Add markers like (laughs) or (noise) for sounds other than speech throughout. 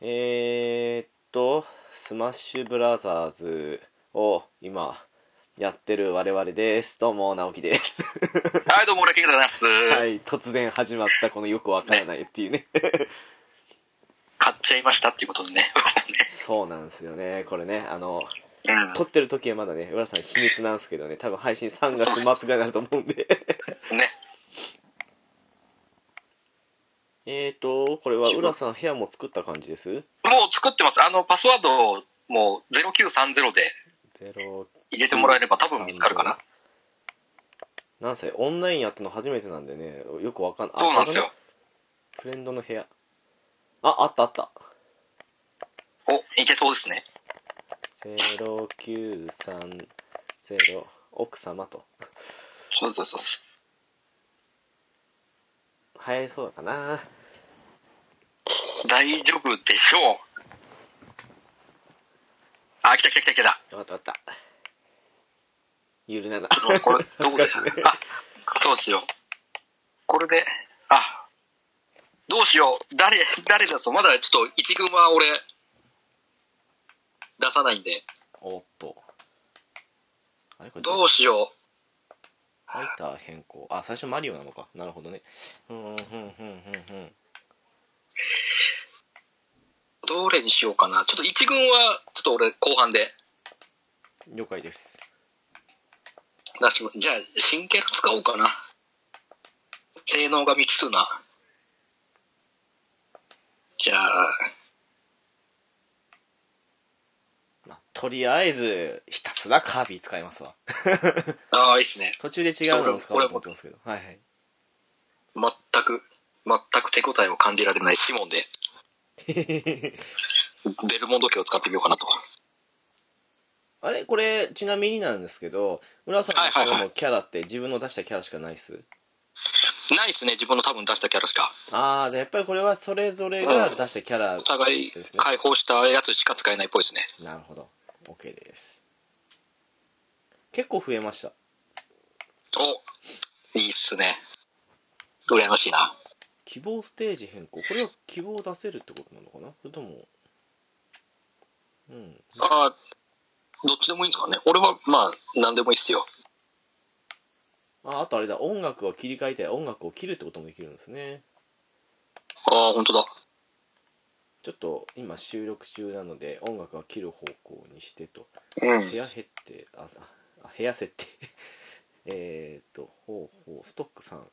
えー、っと、スマッシュブラザーズを今やってる我々です。どうも、直樹 (laughs) です。はい、どうも、俺、キングでございます。はい、突然始まったこのよくわからないっていう (laughs) ね。買っちゃいましたっていうことでね。そうなんですよね、これね、あの、うん撮ってる時はまだね、浦さん秘密なんですけどね、多分配信3月末ぐらいになると思うん (laughs) で。ね。えーと、これは浦さん部屋も作った感じですもう作ってます。あの、パスワードをもう0930でゼロ入れてもらえれば多分見つかるかな。なんせオンラインやったの初めてなんでねよくわかんないそうなんですよ。フレンドの部屋ああったあったお、いけそうですね。 0930奥様とそうそうそうそ入りそうかなう。大丈夫でしょう。あ、来た来た来た来た。わかったわかったゆるななちょっとこれ、どこで、懐 (laughs) かしいねあ、そうですよ。これで、あ、どうしよう。誰、誰だと、まだちょっと一軍は俺、出さないんで。おっとあれこれどうしよライター変更あ最初マリオなのかなるほどねうんうんうんうんうんう。どれにしようかな。ちょっと一軍は、ちょっと俺、後半で了解です出します。じゃあ、新キャラ使おうかな。性能が未知数な。じゃあ、まあとりあえずひたすらカービィ使いますわああ、いいっすね。途中で違うのを使おうと思ってますけどはいはい全く、全く手応えを感じられないシモンで、ベルモンド家を使ってみようかなと。あれこれちなみになんですけど浦さんのはいは方いはのキャラって自分の出したキャラしかないっす、ないっすね、自分の多分出したキャラしか。ああじゃあやっぱりこれはそれぞれが出したキャラ、お互い解放したやつしか使えないっぽいですね。なるほど OK です結構増えましたお、いいっすね。羨ましいな。希望ステージ変更これは希望を出せるってことなのかなそれともうんああ、どっちでもいいんですかね。俺は、まあ、何でもいいっすよ。ああとあれだ音楽を切り替えて音楽を切るってこともできるんですねああ、本当だ。ちょっと今収録中なので音楽は切る方向にしてとうん。部屋設定あああ部屋設定 (laughs) えーっとほうほうストックさん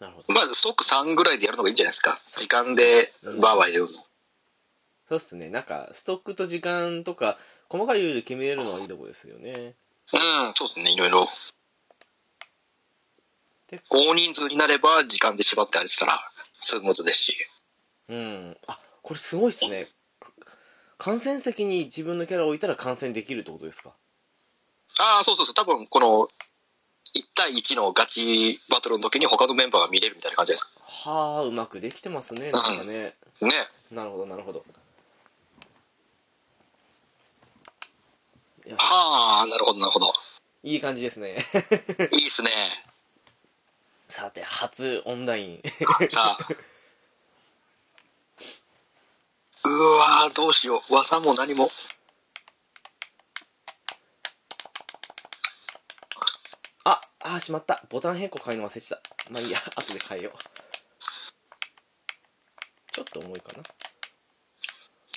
なるほどまあ、ストック3ぐらいでやるのがいいんじゃないですか。時間でバーバーやるの。そうっすねなんかストックと時間とか細かいルール決めれるのはいいとこですよねうん、そうですね、いろいろで。大人数になれば時間で縛ってあれしたらスムーズですし。うんあこれすごいっすねか観戦席に自分のキャラを置いたら観戦できるってことですかああ、そうそうそう、多分この1対1のガチバトルの時に他のメンバーが見れるみたいな感じです。はあうまくできてますねなんかねね。なるほどなるほどはあ、なるほど、なるほど。いい感じですね (laughs) いいっすね。さて初オンラインさあ。うわーどうしよう。技も何も。ああーしまったボタン変更変えるの忘れてたまあいいや (laughs) 後で変えようちょっと重いかな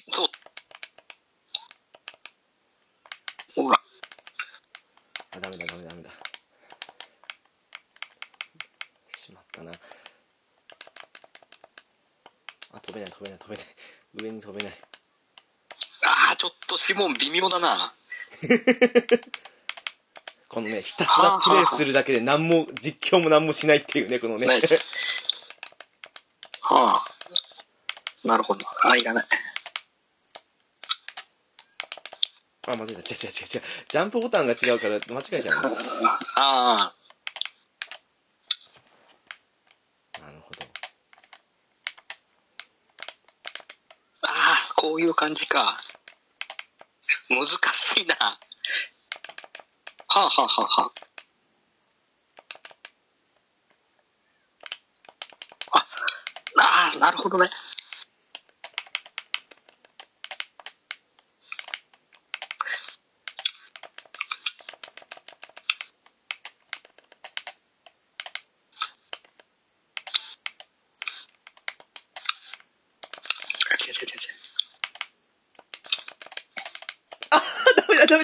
そう。ほら。あダメだダメだダメだしまったなあ飛べない飛べない飛べない上に飛べないああ、ちょっとシモン微妙だな。このねひたすらプレイするだけで何も実況も何もしないっていうねこのねないはあ。なるほど。ああ、いらない。 (laughs) あ、間違えた。違う違う違う違う。ジャンプボタンが違うから間違えちゃうの。なるああ、ほ (laughs) ど。ああ、こういう感じか。難しいな。はあはあはあはあ。あ、ああ、なるほどね。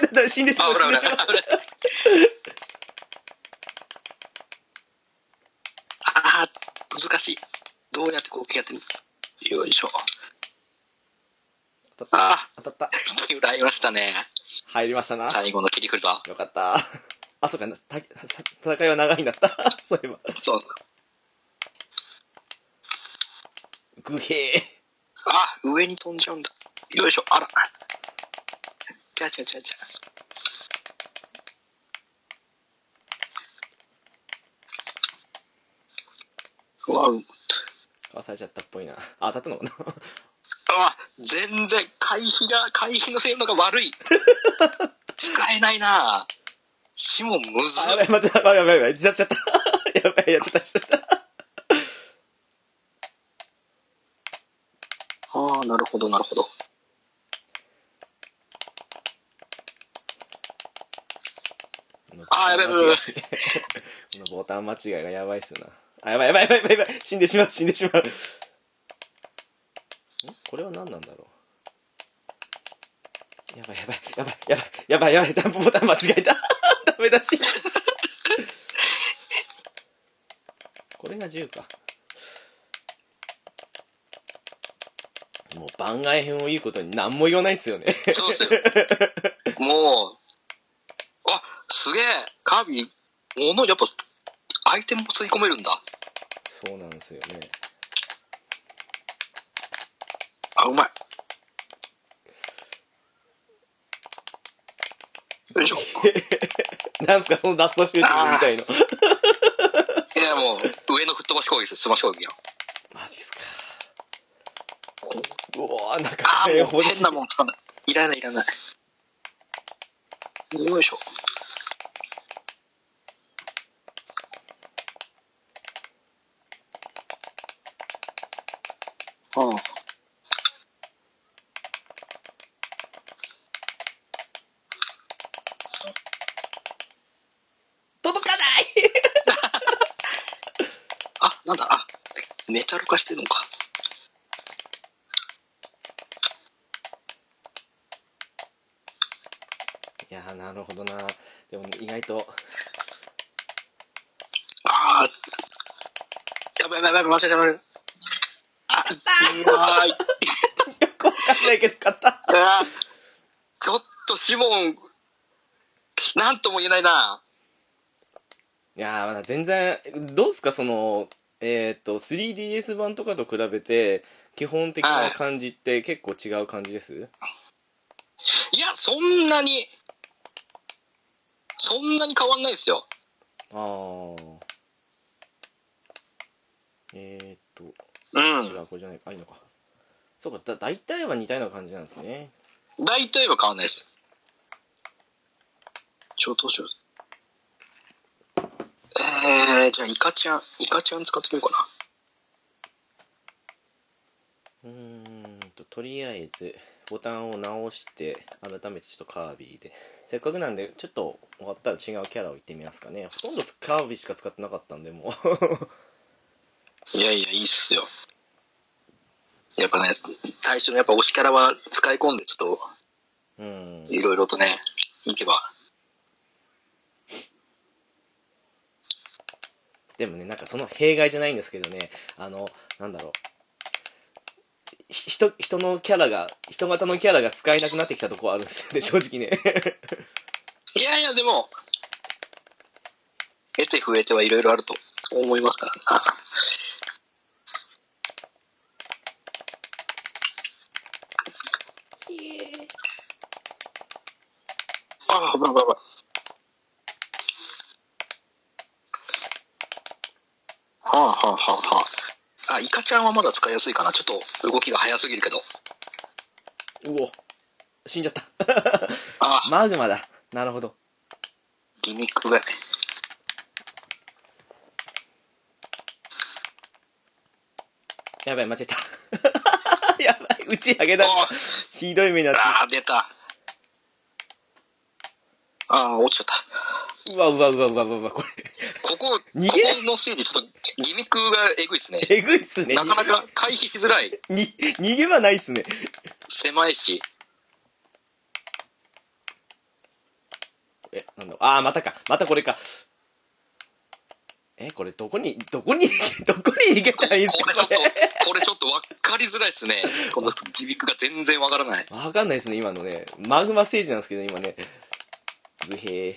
べたら死んでしまあ、う。ほ死んらほでらしまうほら。ああ、難しい。どうやってこうやってみるよいしょ。当たった。 (laughs) ああ、当たった。揺らいましたね。入りましたな。最後の切り札。よかった。あ、そうか、なた戦いは長いんだった。 (laughs) そういえば。そうそう。グヘー。あ、上に飛んじゃうんだ。よいしょ、あら。じゃあじゃあじゃあじゃあ。うわう。かわされちゃったっぽいな。あ、当たったのかなあ、全然、回避が、回避の性能が悪 (laughs) い。使えないなシモンむずあ、やば (laughs) い、間違えた。やばい、やばい、自殺しちゃった。や (laughs) ばい、やっちゃった、自殺しちゃった。ああ、なるほど、なるほど。あやばいやばいやばいこのボタン間違いがやばいっすよな。あ、やばい、やばい、やばい、やばいやばい、死んでしまう、死んでしまう。んこれは何なんだろうやばい、やばい、やばい、やばい、やばい、やばい、ジャンプボタン間違えた。 (laughs) ダメだし。これが10か。もう番外編を言うことに何も言わないっすよね。そう (laughs) ですよ。もう、あ、すげえ、カービィ、物、やっぱ、アイテムも吸い込めるんだ。そうなんですよね。あ、うまい。よいしょ。 (laughs) なんすか、そのダストシューティングみたいの。いや、もう、上の吹っ飛ばし攻撃です。スマッシュ攻撃よ。マジっすか。うわーなんか、 (laughs) ああ、もう欲しい変なもん使わない。いらない、いらない。よいしょ。ああ。届かないあ、なんだ、あ、メタル化してるのか。 (laughs) いやー、なるほどな。でも、意外と、 (laughs) ああ。やばいやばいやばい、間違えた間違えた。あ、うわーい。よくわかんないけど、買った。あーちょっとシモン、なんとも言えないな。いやー、まだ全然、どうすか、その、えっ、ー、と、3DS 版とかと比べて、基本的な感じって結構違う感じですいや、そんなに、そんなに変わんないですよ。あー。えっ、ー、と、う違ん。う、これじゃないか。あ、いいのか。そうか、だ、大体は似たような感じなんですね。大体は変わんないです。ちょ、どうしよう。えー、じゃあ、イカちゃん、イカちゃん使ってみようかうーんととりあえずボタンを直して改めてちょっとカービィでせっかくなんでちょっと終わったら違うキャラを行ってみますかねほとんどカービィしか使ってなかったんでもうな。いやいや、いいっすよ。やっぱね、最初のやっぱ推しキャラは使い込んで、ちょっうん (laughs) と、いろいろとね、いけば。でもねなんかその弊害じゃないんですけどねあのなんだろうひ人人のキャラが人型のキャラが使えなくなってきたとこあるんですよね (laughs) 正直ねいやいや、でも、得て増えてはいろいろあると思いますからな。ああ、ばばば。はあはあはあはあ。あ、イカちゃんはまだ使いやすいかな。ちょっと動きが早すぎるけど。うお死んじゃった (laughs) ああ、マグマだなるほどギミックが。やばい、間違えた。 (laughs) やばい、打ち上げだ (laughs) おい。ひどい目になってああ、出た。ああ、落ちちゃった。うわうわうわうわうわうわ、こここ、ここ逃げのステージ、ちょっとギミックがえぐいですね。れ、えぐいっすね。なかなか回避しづらい。に、逃げ場ないっすね。狭いし。え、なんだろうあー、またか。またこれか。え、これどこに、どこに、 (laughs) どこに逃げたらいいんですこかれちょっこれと、これちょっと分かりづらいですね。このギミックが全然分からない。わかんないですね、今のね。マグマステージなんですけど、今ね。ぐへー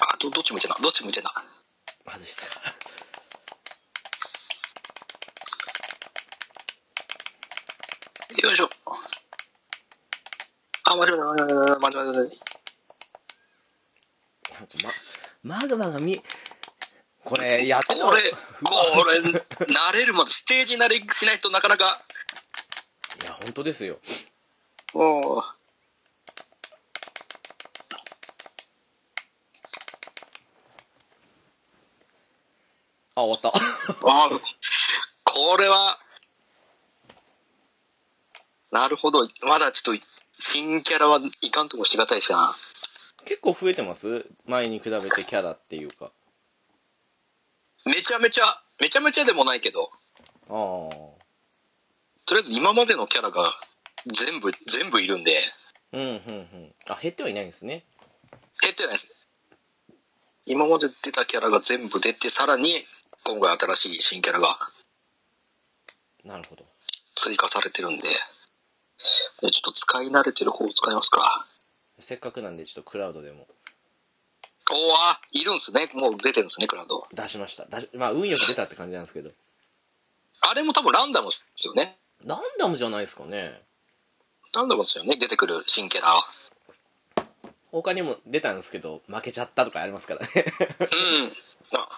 あ、ど、どっち向いてんだどっち向いてんだ外した。よいしょ。あ、待て待て待て待て待て待てなんかま、マグマが見、これ、やってたこれ、これ、慣れるまで、ステージ慣れしないとなかなか、いや、本当ですよ。おーあ、終わった。あーこれは、なるほど。まだちょっと、新キャラはいかんともしがたいですな。結構増えてます前に比べてキャラっていうか。めちゃめちゃ、めちゃめちゃでもないけど、ああ。とりあえず今までのキャラが全部、全部いるんで、うんうんうん。あ、減ってはいないんですね。減ってないです。今まで出たキャラが全部出て、さらに、今回新しい新キャラがなるほど。追加されてるんで、でちょっと使い慣れてる方を使いますか。せっかくなんで、ちょっとクラウドでもおーあ、いるんすね。もう出てるんですね、クラウド。出しました。出しまあ、運よく出たって感じなんですけど。あれも多分ランダムですよね。ランダムじゃないですかね。ランダムですよね、出てくる新キャラは。他にも出たんですけど、負けちゃったとかありますから (laughs) ね。うん。あ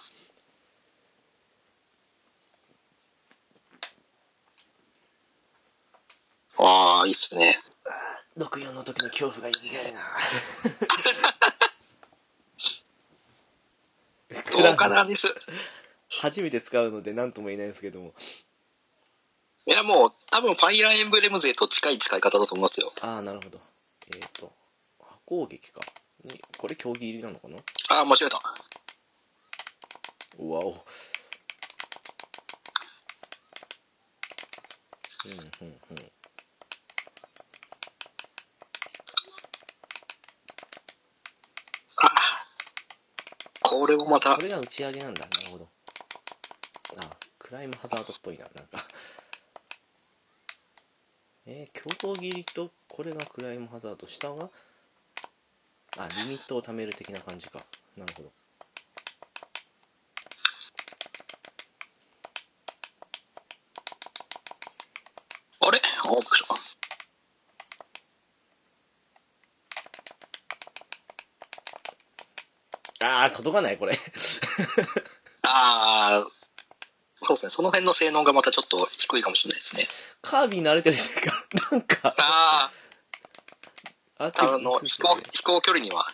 あー、いいっすね。 64の時の恐怖が苦いな (laughs) クどラうかウドなです。初めて使うので何とも言えないんですけども。いや、もう、多分、ファイアーエンブレム勢と近い使い方だと思いますよ。ああ、なるほど。えっ、ー、と、破攻撃か。にこれ競技入りなのかなああ、間違えた。うわお。うんうんうん。あこれもまたこ、れが打ち上げなんだ。なるほど。あ、クライムハザードっぽいな、なんか。えー、強行切りと、これがクライムハザード。下はあ、リミットを貯める的な感じか。なるほど。あれあ、びっくりしたあー、届かない、これ。ああ、そうですね。その辺の性能がまたちょっと低いかもしれないですね。 (laughs) カービィ慣れてるせいか、 (laughs) なんか、ああっあ、あの、飛行、飛行距離には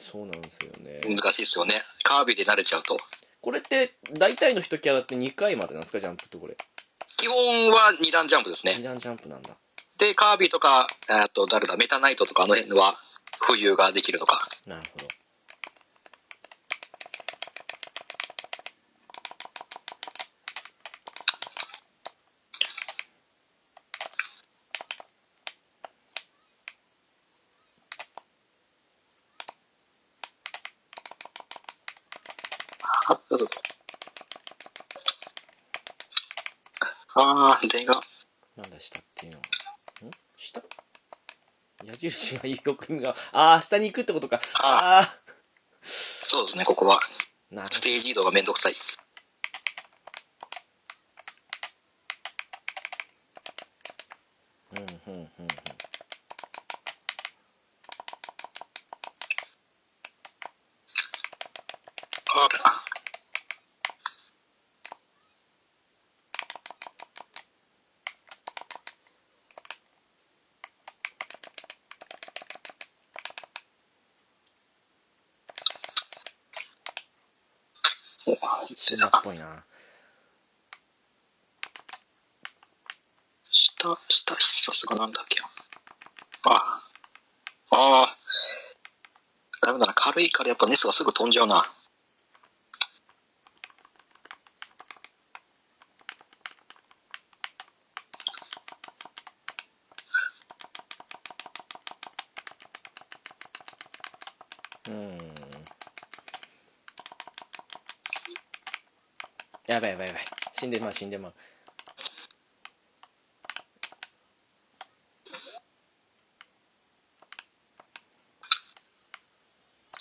そうなんですよね。難しいですよね。カービィで慣れちゃうと。これって、大体の人キャラって2回までなんですか、ジャンプってこれ。基本は二段ジャンプです二ね。段ジャンプなんだ。で、カービィとか、えっと、誰だ、メタナイトとかあの辺は、浮遊ができるとか。なるほど。あ、そうそうああ、でが。なんだ下っていうのはん下矢印が色くんがああ下に行くってことかああそうですね、ここは。ーなるステージ移動がめんどくさい。ほどうんうんうんうんあら。お死んだっぽいな下、下必殺がなんだっけなあ、ああ、ダメだな。軽いからやっぱネスがすぐ飛んじゃうな。やばいやばいやばい死んでまう死んでまう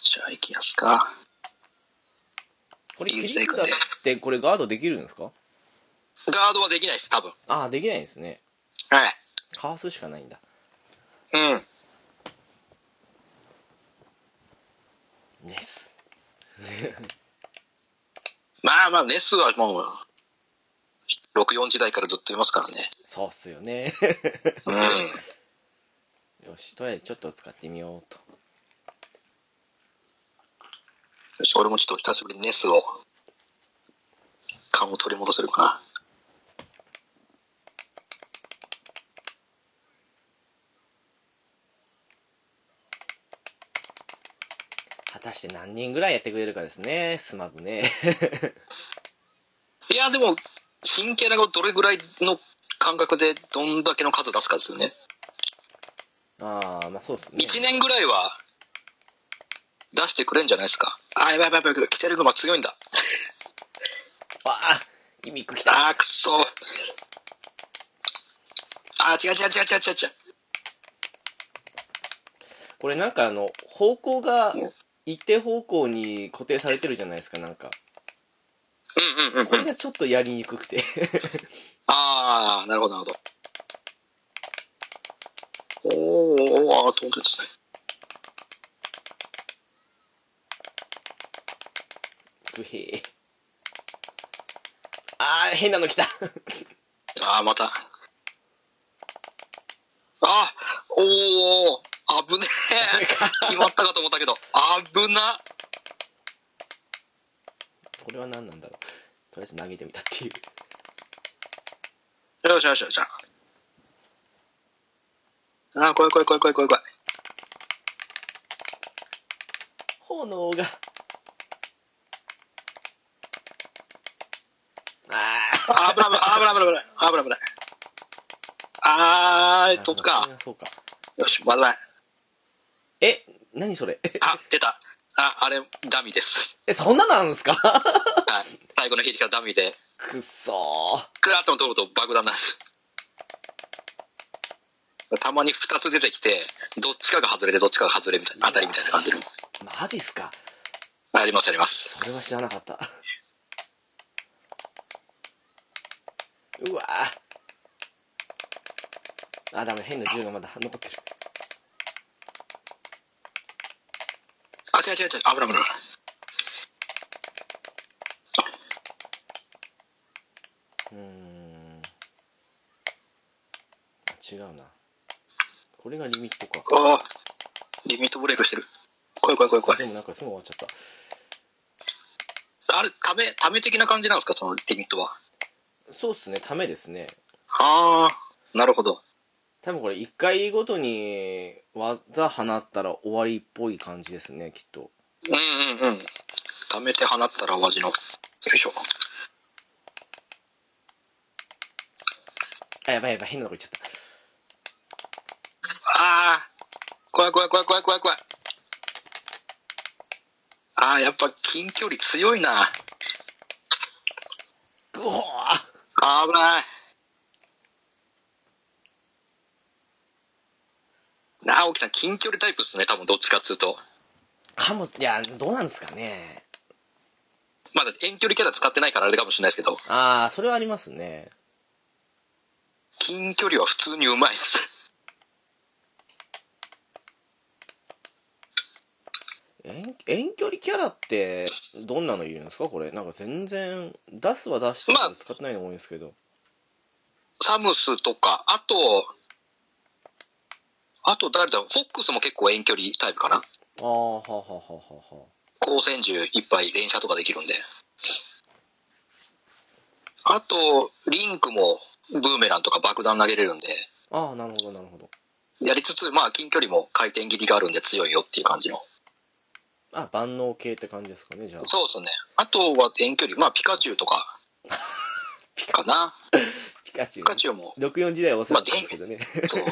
じゃあ行きますか。これ切いりい最札後っねてこれガードできるんですかガードはできないです、多分。ああできないんですねはい。かわすしかないんだうん。ですまあまあ、ネスはもう、64時代からずっといますからね。そうっすよね (laughs) うん。よしとりあえずちょっと使ってみようと俺もちょっと久しぶりにネスを、顔を取り戻せるかな。果たして何人ぐらいやってくれるかですねスマブねいや、でも、新キャラがどれぐらいの感覚でどんだけの数出すかですよね。ああまあそうっすね1年ぐらいは、出してくれんじゃないですか。あ、やばいやばいやばい、キテルグマ強いんだ。ああギミックきたあー、くそ。あー、違う違う違う違う違う違う。これなんかあの方向が一定方向に固定されてるじゃないですかなんかうんうんこうんれうん。がちょっとやりにくく (laughs) てあー、なるほどなるほど。おーおーおーあー、飛んでたね。不平ああ変なの来たあー、また。あー、おーおー、危ね (laughs) え。決まったかと思ったけど、危な。これは何なんだろうとりあえず投げてみたっていうよしよしよしよし。あー、怖い怖い怖い怖い怖い怖い。炎がああー、危ない危ない危ない危ない危ない危ない。ああー、とか。そうかよし、まだない。え何それあ、出た。あ、あれ、ダミーです。えそんななんですか (laughs) はい。最後のヒリがダミーで、くっそークラッと取ると爆弾なんです。たまに2つ出てきて、どっちかが外れて、どっちかが外れみたいな、当たりみたいな感じの。マジっすかあります、あります。それは知らなかったうわぁあダメ変な銃がまだ残ってるあ、違う違う違う、危ない危ない危ない。うーんあ違うなこれがリミットかあーリミットブレイクしてる。怖い怖い怖い怖でい。もなんかすぐ終わっちゃったあれ、ため、ため的な感じなんですか、そのリミットは。そうっすねためですねああ、なるほど。多分これ1回ごとに技放ったら終わりっぽい感じですねきっとうんうんうん。ためて放ったらお味の。よいしょ。あやばいやばい変なとこ行っちゃっああ、怖い怖い怖い怖い怖い怖い。ああ、やっぱ近距離強いな。たうおーあー危ない。なあ、青木さん、近距離タイプっすね、多分どっちかっつうと。かもいやどうなんですかねまだ遠距離キャラ使ってないからあれかもしれないですけど、ああそれはありますね近距離は普通にうまいっす。遠遠距離キャラってどんなのいるんですかこれなんか全然出すは出してるけどまあ使ってないの多いんですけど、サムスとか、あと、あと誰だろうフォックスも結構遠距離タイプかなああはあはあはあはあは光線銃いっぱい連射とかできるんであとリンクもブーメランとか爆弾投げれるんであああなるほどなるほどやりつつまあ近距離も回転切りがあるんで強いよっていう感じのあ万能系って感じですかねじゃあそうですねあとは遠距離まあピカチュウとかかなピカチピュウカチュウも64時代はお世話になったんですけどね、そう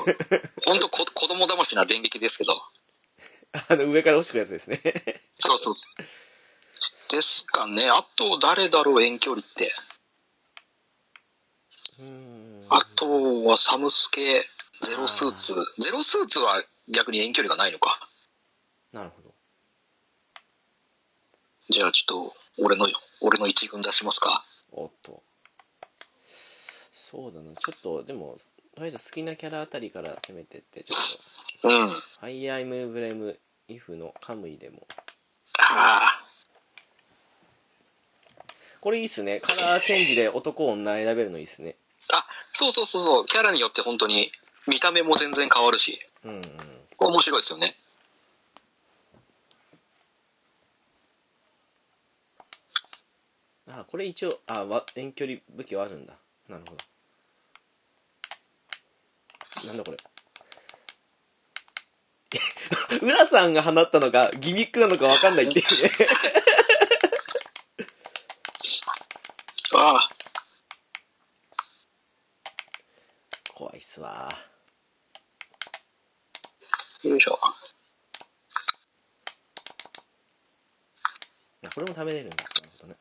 本当こ子供魂な電撃ですけど (laughs) あの上から落ちてくるやつですねそうそうそうですかねあと誰だろう遠距離ってうんあとはサムスケ、ゼロスーツ。ゼロスーツは逆に遠距離がないのか。なるほどじゃあちょっと、俺の、俺の一軍出しますか。おっとそうだなちょっとでもとりあえず好きなキャラあたりから攻めてってちょっうん。あと「ハイアイムーブレムイフ」のカムイでもあ。これいいっすねカラーチェンジで男女選べるのいいっすねあ、そうそうそうそう。キャラによって本当に、見た目も全然変わるし、うんうん面白いですよね。あこれ一応あわ遠距離武器はあるんだなるほどなんだこれ (laughs) 浦さんが放ったのがギミックなのかわかんないっていうねああ。怖いっすわよいしょ。あこれも食べれるんだなるほどね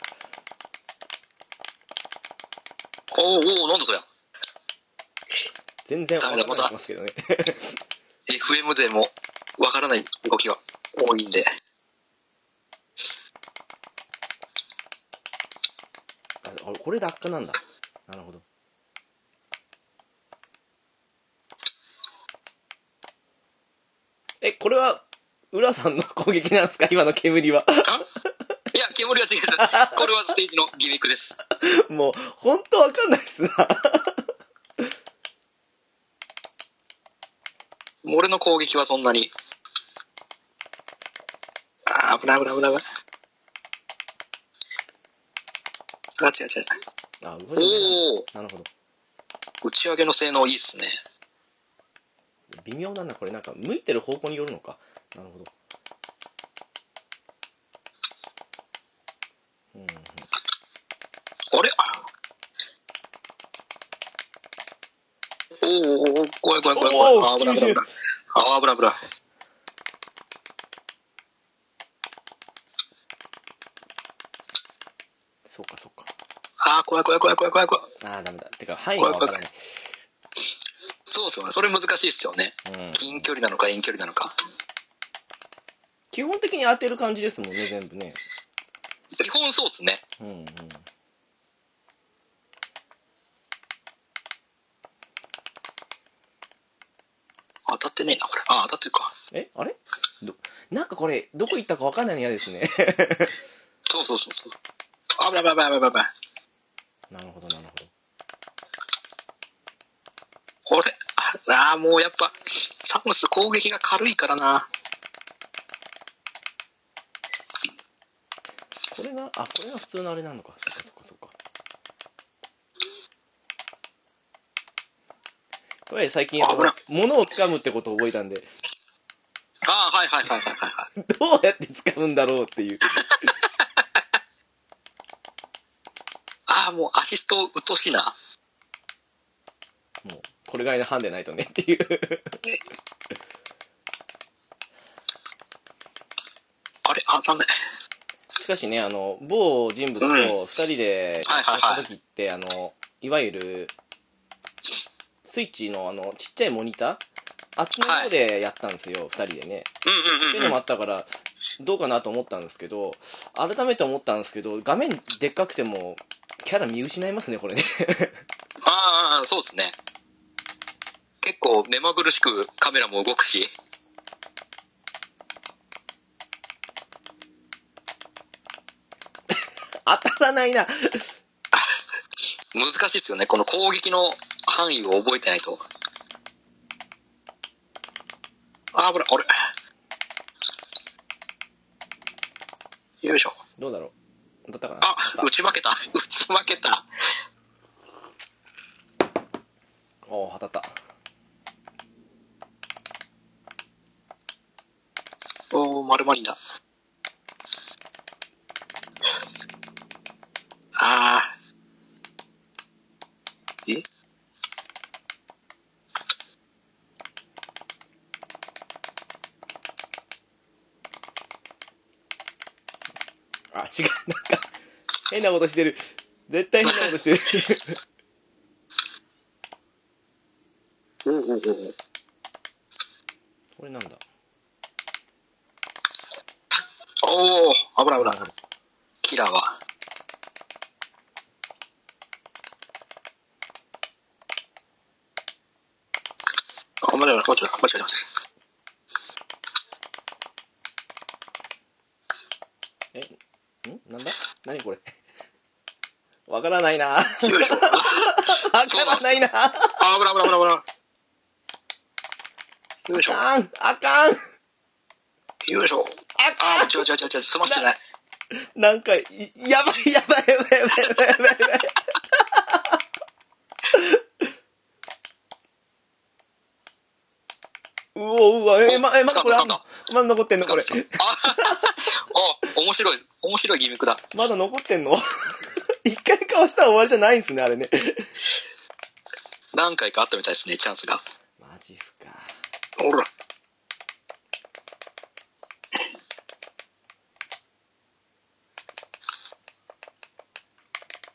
おおおおなんだそりゃ。全然わダかメんなだいますけどね FM でも、わからない動きが多いんで。ああこれ落下なんだなるほどえこれは浦さんの攻撃なんですか今の煙は (laughs) あ (laughs) いや、煙は違う。これはステージのギミックです。もう、ほんとわかんないっすな。 (laughs) もう俺の攻撃はそんなに。あー、危ない危ない危ない危ない。あ、違う違う。あ、動いておおなるほど。打ち上げの性能いいっすね。微妙だな、これなんか、向いてる方向によるのか。なるほど。うんうん、あれあおおおお怖い怖い怖い怖い。おーあー、危ない危ない危ない。あー、危ない危ない。そうか、そうか。あー、怖い怖い怖い怖い怖い怖い。あー、ダメだ。てか、範囲がわからない。そうですよね。それ難しいっすよね。うん、近距離なのか遠距離なのか。基本的に当てる感じですもんね、全部ね。基本そうっすね。うんうん。当たってねえな、これ。あー、当たってるか。え、あれどなんかこれ、どこ行ったかわかんないの嫌ですね。 (laughs) そうそうそうそう。あ、危ない危ない危ない危ない。なるほど、なるほど。これ、ああー、もうやっぱ、サムス攻撃が軽いからな。これが、あ、これが普通のあれなのか。そっかそっかそっか。これ最近、ああのほら物を掴むってことを覚えたんで、ああ、はいはいはいはいはいはい。どうやって掴むんだろうっていう。ああ、もうアシストうっとうしいな。もう、これぐらいのハンデないとねっていう。あれあ、なんでしかしね、あの、某人物と二人ではいはいはいやった時って、あの、いわゆる、スイッチのあの、ちっちゃいモニターあっちの方でやったんですよ、二、人でね。っうてんいううんのうんもうん。あったから、どうかなと思ったんですけど、改めて思ったんですけど、画面でっかくても、キャラ見失いますね、これね。 (laughs) ああ、そうですね。結構目まぐるしくカメラも動くし。当たらないな。難しいですよね。この攻撃の範囲を覚えてないと。あー、危ない。あれ。よいしょ。どうだろう。だったかなあ当たっ打ち負けた。 (laughs) 打ち負けた。たおー当たった。おお、丸まりだ。ああ。えあ、 (laughs) 違う。なんか、変なことしてる。絶対変なことしてる。うん。これなんだおお、危ない危な。ないるほどキラーは。あ、間違えた、間違えた、間違えた。えんなんだ何これわからないなわよいしょ。あからないなあ、危ない危ない危ない危ない。よいしょ。あかんあかんよいしょ。あかんあ、違う違う違う違う、済ましてない。なんか、いやばいやばいやばいやばいやばいやばいやばい。うおうわ、え、ま、え、まだこれあんの使っまだ残ってんの使こっれて。た。あ、面白い、面白いギミックだ。まだ残ってんの一回かわしたら終わりじゃないんすね、あれね。何回かあったみたいですね、チャンスが。マジっすか。ほら。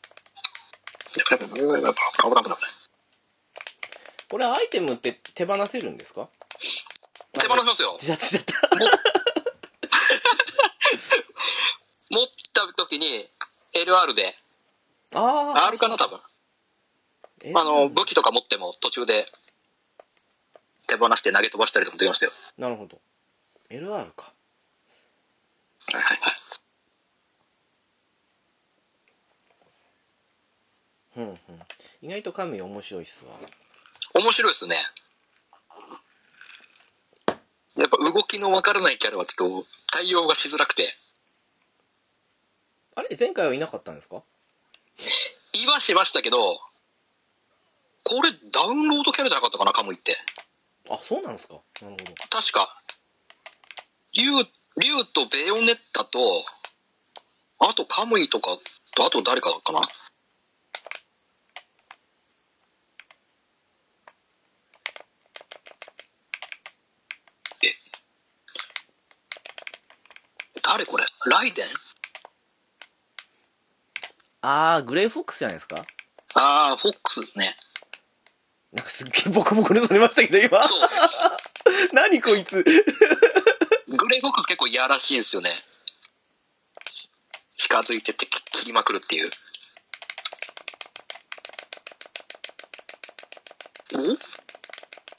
危ない危ない危ない危ないこれアイテムって手放せるんですか手放しますよ。ちゃったちゃった。持った時に LR で、あー R かな多分。えあの、武器とか持っても途中で手放して投げ飛ばしたりとかもできましたよ。なるほど。LR か。はいはいはい。うんうん。意外と神面白いっすわ。面白いですね。やっぱ動きのわからないキャラはちょっと対応がしづらくて。あれ前回はいなかったんですか言わしましたけど、これダウンロードキャラじゃなかったかな、カムイって。あ、そうなんですかなるほど。確か。竜、竜とベヨネッタと、あとカムイとかと、あと誰かかな。え誰これライデンあー、グレイフォックスじゃないですかああ、フォックスですね。なんかすっげえボコボコにされましたけど、今。そ何こいつ。う。グレイフォックス結構いやらしいんですよね。近づいてって切りまくるっていう。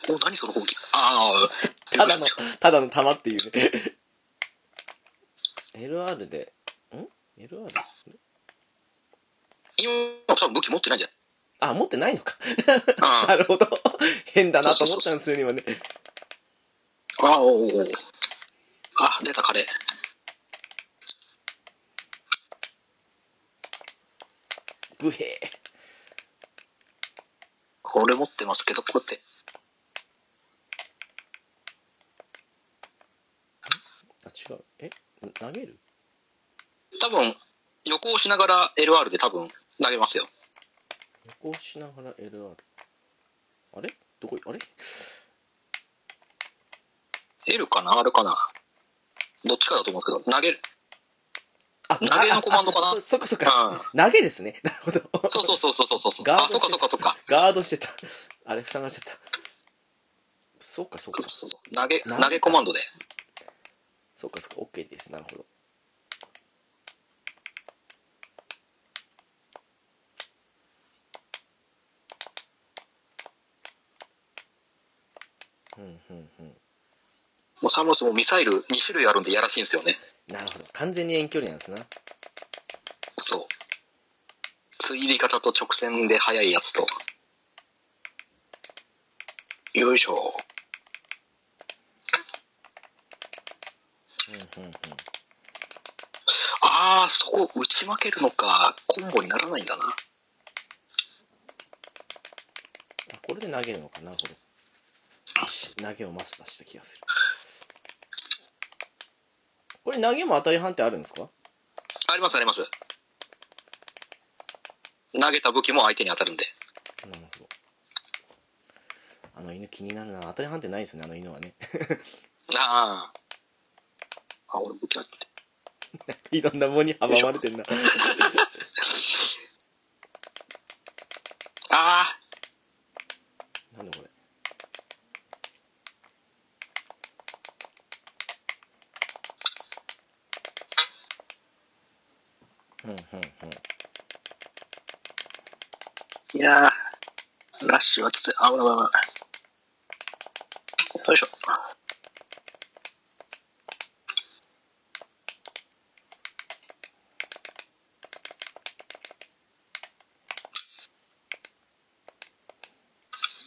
おお何その攻撃ああ、ただの、ただの玉っていうね。LR で、ん ?LR? 今、多分武器持ってないんじゃあ、持ってないのか。な (laughs) ないるほど。変だなと思ったんですよ、今ね。ああ、おうおうおうあ、出た、カレー。武兵。これ持ってますけど、こうやって。あ、違う。え投げる多分、旅行しながら LR で多分投げますよ。旅行しながら LR。あれどこいあれ L かな ?R かなどっちかだと思うんですけど、投げる。あ、投げのコマンドかなああそっかそっうんか。投げですね。なるほど。そうそうそうそうそうそう。ガードあ、そっかそっかそっか。ガードしてた。あれ、塞がしちゃった。そうか、そうそかう。そうそう投げ、投げ投げコマンドで。そうか、そうか。OK です。なるほど。うんうんうん。もうサンロスもミサイル2種類あるんでやらしいんですよね。なるほど。完全に遠距離なんですな。そう。追尾型と直線で速いやつと。よいしょ。うんうんうん。あー、そこ打ち負けるのか、コンボにならないんだな。あこれで投げるのかなるほどよし投げをマスターした気がするこれ投げも当たり判定あるんですかありますあります。投げた武器も相手に当たるんで。なるほどあの犬気になるな当たり判定ないですねあの犬はねああ。あ、俺武器あって。いろんなものに阻まれてんなああ。なんだこれうんうんうんいやー、ラッシュはきつい。あ、危ない危ない危ない。よいしょ。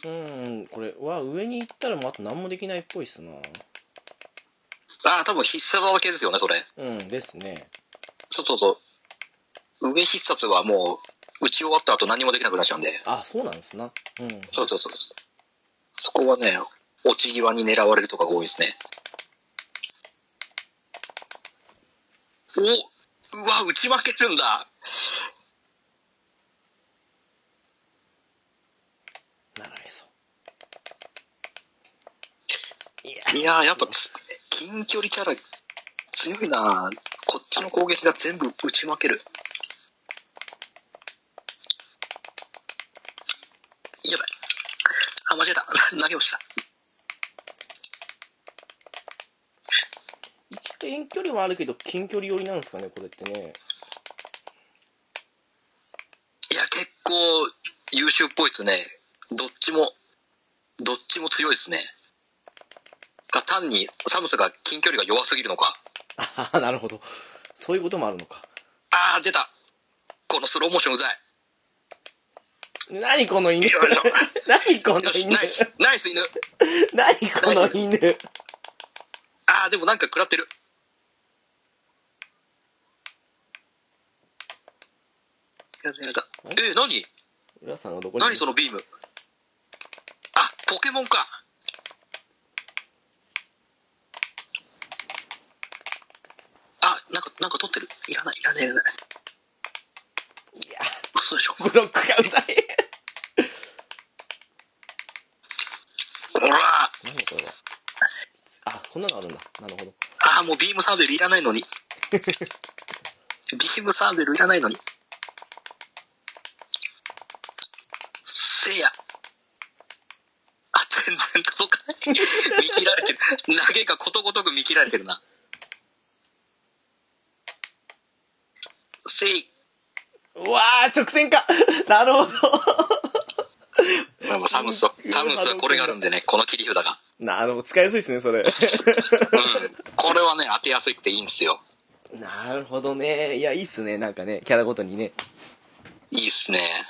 うーんこれは上に行ったらもうあと何もできないっぽいっすなあー、多分必殺技系ですよね、それ。うんですねそうそうそう。上必殺はもう、打ち終わった後何もできなくなっちゃうんで。あそうなんですなうんそうそうそうそう。そこはね、落ち際に狙われるとかが多いですね。おうわ、打ち負けるんだ。ならへそいやー、やっぱつ、近距離キャラ、強いなこっちの攻撃が全部打ち負ける。やばい。あ、間違えた。 (laughs) 投げました。一応遠距離はあるけど近距離寄りなんですかねこれってねいや、結構、優秀っぽいですね。どっちも、どっちも強いですね。が、単に、寒さが近距離が弱すぎるのか。ああなるほどそういうこともあるのかあー、出た。このスローモーションうざい。何この犬いやいや (laughs) 何このよし、犬ナイス、ナイス犬。何この犬あー、でもなんか食らってる。やだやだ。えー、何浦さんはどこに何そのビームあポケモンかあなんかなんか取ってるいらないいらないいらないいや嘘でしょブロッ (laughs) クがうざいほら何これはあこんなのあるんだなるほどあもうビームサーベルいらない (laughs) のにビームサーベルいらないのにせいやあ全然届かない (laughs) 見切られてる投げがことごとく見切られてるなせうわー直線か (laughs) なるほどまあまあサムスはサムスはこれがあるんでねこの切り札がなるほど使いやすいですねそ (laughs) れうんこれはね当てやすくていいんですよなるほどねいやいいっすねなんかねキャラごとにねいいっすね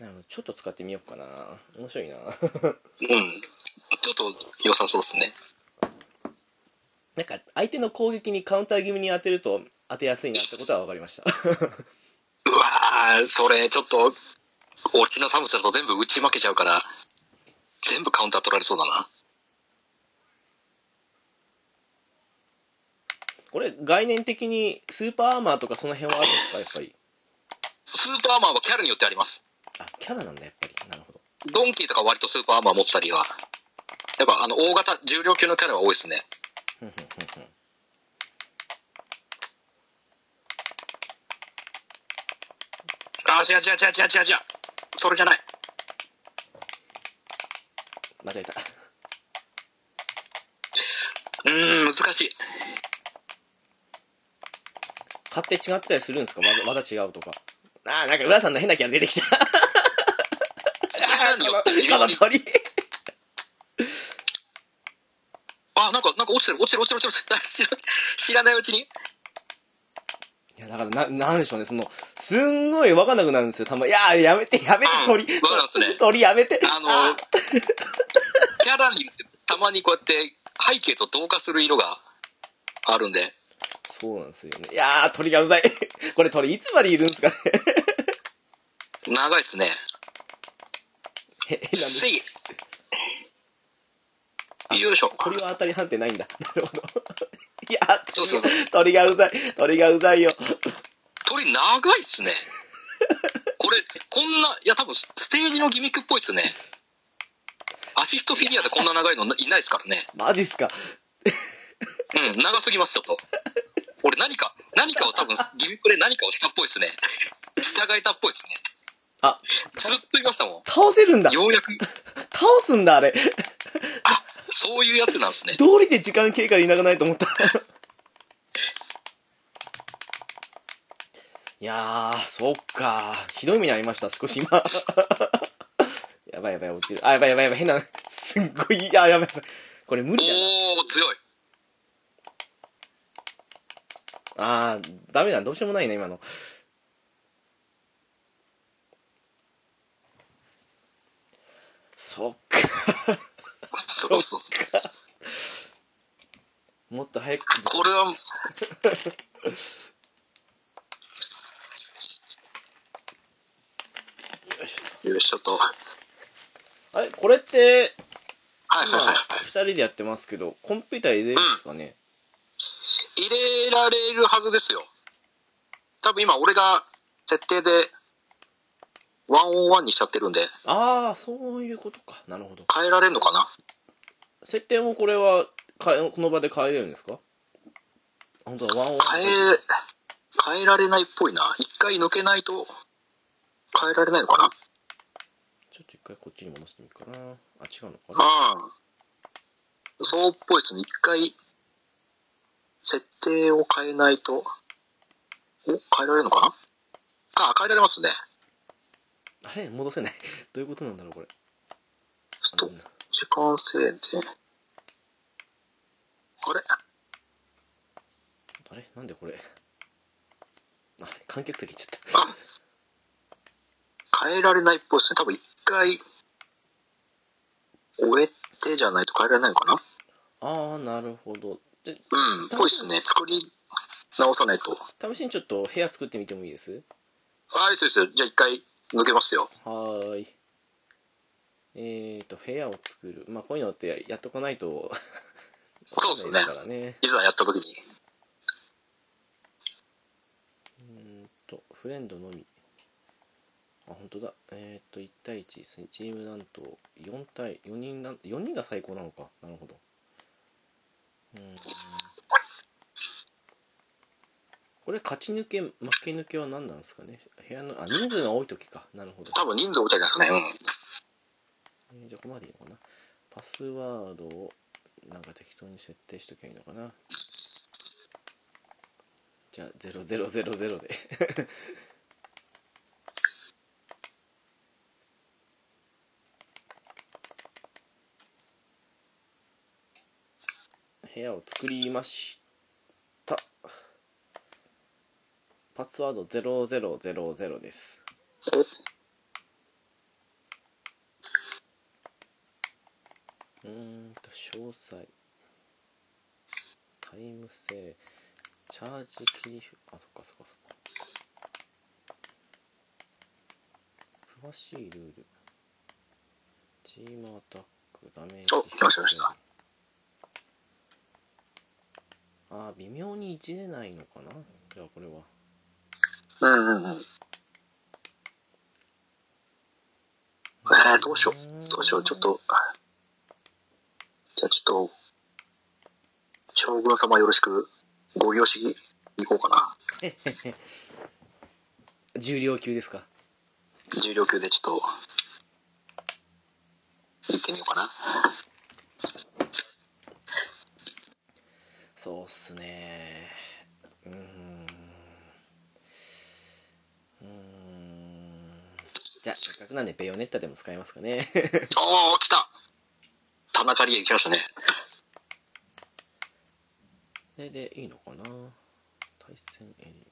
なるほどちょっと使ってみようかな面白いな (laughs) うんちょっと良さそうですねなんか相手の攻撃にカウンター気味に当てると当てやすいなってことは分かりましたうわー、それ、ちょっと、おちの寒さだと全部打ち負けちゃうから、全部カウンター取られそうだな。これ概念的にスーパーアーマーとかその辺はあるんですかやっぱりスーパーアーマーはキャラによってあります。あキャラなんだやっぱりなるほどドンキーとか割とスーパーアーマー持ってたりは、やっぱあの、大型、重量級のキャラは多いですね。ふんふんふんふんあー、違う違う違う違う違う違う。それじゃない。間違えたうーん、難しい。勝手違ってたりするんですかまだまだ違うとかあーなんか浦さんの変なキャラ出てきたキャラによって微こ妙のに。鳥あー、なんか、なんか落ちてる、落ちてる、落ちてる、落ちてる。知ら知らないうちに。いや、だから、な、なんでしょうね、その、すんごいわかんなくなるんですよ、たまに。いやー、やめて、やめて、鳥。うんわかるんすね鳥やめて。あの、キャラに、たまにこうやって、背景と同化する色があるんで。そうなんですよね。いやー、鳥がうざい。これ鳥いつまでいるんですかね。長いっすね。へ変なんです。せい。よいしょ。鳥は当たり判定ないんだ。なるほど。いやそうそうそうー、 (laughs) 鳥がうざい。鳥がうざいよ。鳥長いっすね。これ、こんな、いや多分スステージのギミックっぽいっすね。アシストフィギュアでこんな長いのないないっすからね。マジっすか。うん、長すぎます、ちょっと。俺何か、何かを多分、ギミックで何かをしたっぽいっすね。従えたっぽいっすね。あ、ずっと言いましたもん。倒せるんだ。ようやく、倒すんだ、あれ。あそういうやつなんですね。どうりで時間経過でいなくないと思った (laughs) いやーそっかひどい目に遭いました少し今 (laughs) やばいやばい落ちるあやばいやばいやばい変なすっごいあやばいやばいこれ無理だなおー、強い。あーダメだどうしようもないな今のそっかそうそう。もっと早くこれは、よいしょと。はいあれこれってはい今はい。 2人でやってますけどコンピューター入れるんですかね、入れられるはずですよ。多分今俺が設定で、ワンオンワンにしちゃってるんで、ああそういうことかなるほど変えられんのかな設定もこれはかえこの場で変えれるんですか本当だワンオン変え、変えられないっぽいな。一回抜けないと、変えられないのかなちょっと一回こっちに戻してみるかなあ違うのかなうん。そうっぽいですね。一回、設定を変えないと、お変えられるのかなあ、変えられますね。あれ戻せない (laughs) どういうことなんだろうこれちょっと、時間制限で。あれあれなんでこれあ観客席行っちゃっあ変えられないっぽいですね。多分一回、終えてじゃないと変えられないのかなたああなるほどでうん、ぽいですね。作り直さないと。試しにちょっと部屋作ってみてもいいですあ、いいですよいいですよ。じゃあ一回抜けますよ。、はーい。えーと、部屋を作る。まあ、こういうのってややっとかないと (laughs) そうですねわかんないですいざやった時に。からね。うーんと、フレンドのみ。あ、本当だ。えーと、1対1ですね。チーム担当、4対、4人なん、4人が最高なのか。なるほど。うーん。これ、勝ち抜け、負け抜けは何なんですかね。部屋の、あ、人数が多い時か。なるほど。多分人数多いたいですね。うん。えーじゃあここまでいいのかなパスワードをなんか適当に設定しときゃいいのかなじゃあ0000で (laughs) 部屋を作りましたパスワード0000ですうーんと詳細タイム制チャージ切りあそっかそっかそっか詳しいルールチームアタックダメージお来ました来ましたあー微妙にいじれないのかなじゃあこれはうんうんうん。えー、どうしよう。どうしよう。ちょっと。じゃあちょっと、将軍様よろしく、ご利用しに行こうかな。重量級ですか重量級でちょっと、行ってみようかな。そうっすねうーんうーんじゃあせっかくなんでベヨネッタでも使いますか (laughs) ねおー、来た田中理恵来ましたね。それでいいのかな対戦エリ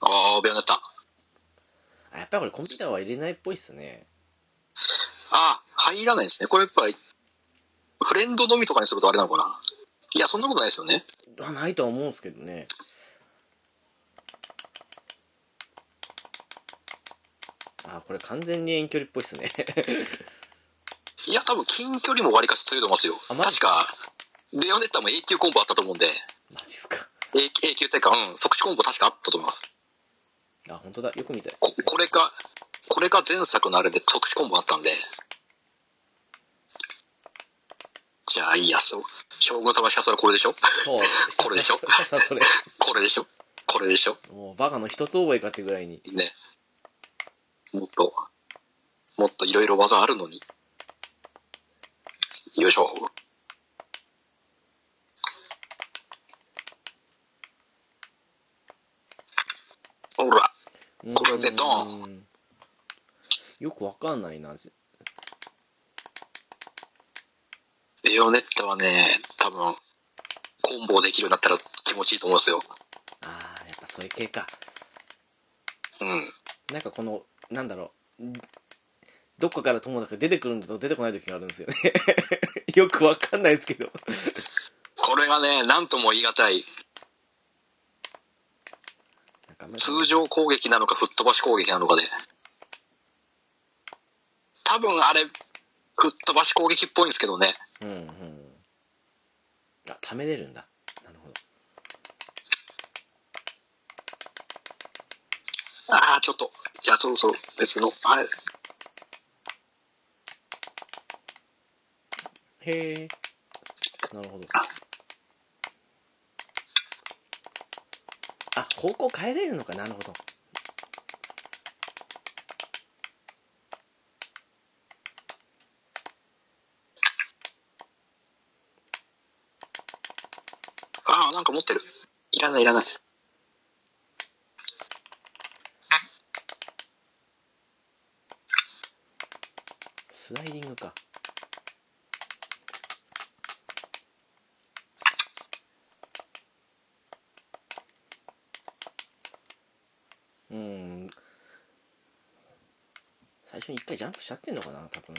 あー、病になった。アあやっぱりこれコンピューターは入れないっぽいっすねあー、入らないんですね。これやっぱり、フレンドのみとかにするとあれなのかないや、そんなことないですよね。あないとは思うんですけどねあこれ完全に遠距離っぽいっすね (laughs) いや、多分近距離も割かし強いと思いますよ。あマジ確か、レオネッタも A 級コンボあったと思うんで、マジっすか A, A 級っていうか、うん、即死コンボ確かあったと思います。あ本当だよく見たここれか、これか前作のあれで即死コンボあったんで。じゃあ、いいや、そう。将軍様ひたすらこれでしょ (laughs) そうこれでしょそうそれこれでしょこれでしょもうバカの一つ覚えかってぐらいにね。もっと、もっといろいろ技あるのに。よいしょ。これでドーンンよくわかんないなぜベヨネッタはね、多分、コンボできるようになったら気持ちいいと思うんですよ。ああやっぱそういう系かうん。なんかこのなんだろうんどっかからともなく出てくるのと出てこない時があるんですよね (laughs) よくわかんないですけどこれがね、なんとも言い難い。なんかあんまり通常攻撃なのか、吹っ飛ばし攻撃なのかで。多分あれ、吹っ飛ばし攻撃っぽいんですけどね。うんうんあためれるんだなるほどああ、ちょっと。じゃあそろそろ別の、あれ、へえなるほどあ方向変えれるのかなるほどああ、なんか持ってる。いらない、いらない。スライディングかうん最初に一回ジャンプしちゃってんのかな多分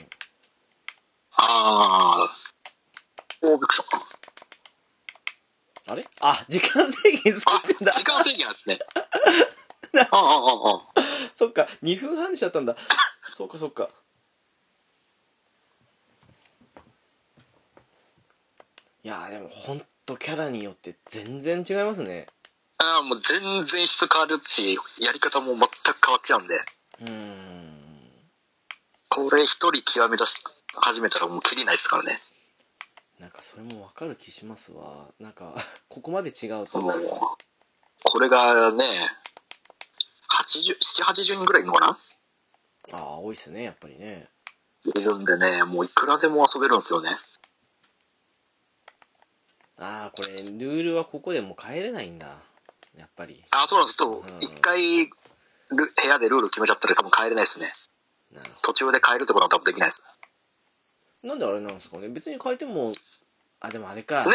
ああ。オービクション。あれあ時間制限 (laughs) 使あっ、てんだ時間制限なんですね。ああ、ああ、ああ。そっか2分半にしちゃったんだそっかそっかいやーでもほんとキャラによって全然違いますねああ、もう全然質変わるし、やり方も全く変わっちゃうんで、うーんこれ一人極め出し始めたらもう切りないですからね。なんかそれもわかる気しますわなんか (laughs) ここまで違うともう、これがね、80、7、80人ぐらいいるのかなああ多いっすねやっぱりねいるんでね、もういくらでも遊べるんですよね。ああこれルールはここでもう変えれないんだやっぱりあ、そうなんです。ちょっとうん、一回、ル部屋でルール決めちゃったら多分変えれないですね。なるほ途中で変えるってことは多分できないです。どなんであれなんですかね別に変えてもあでもあれかね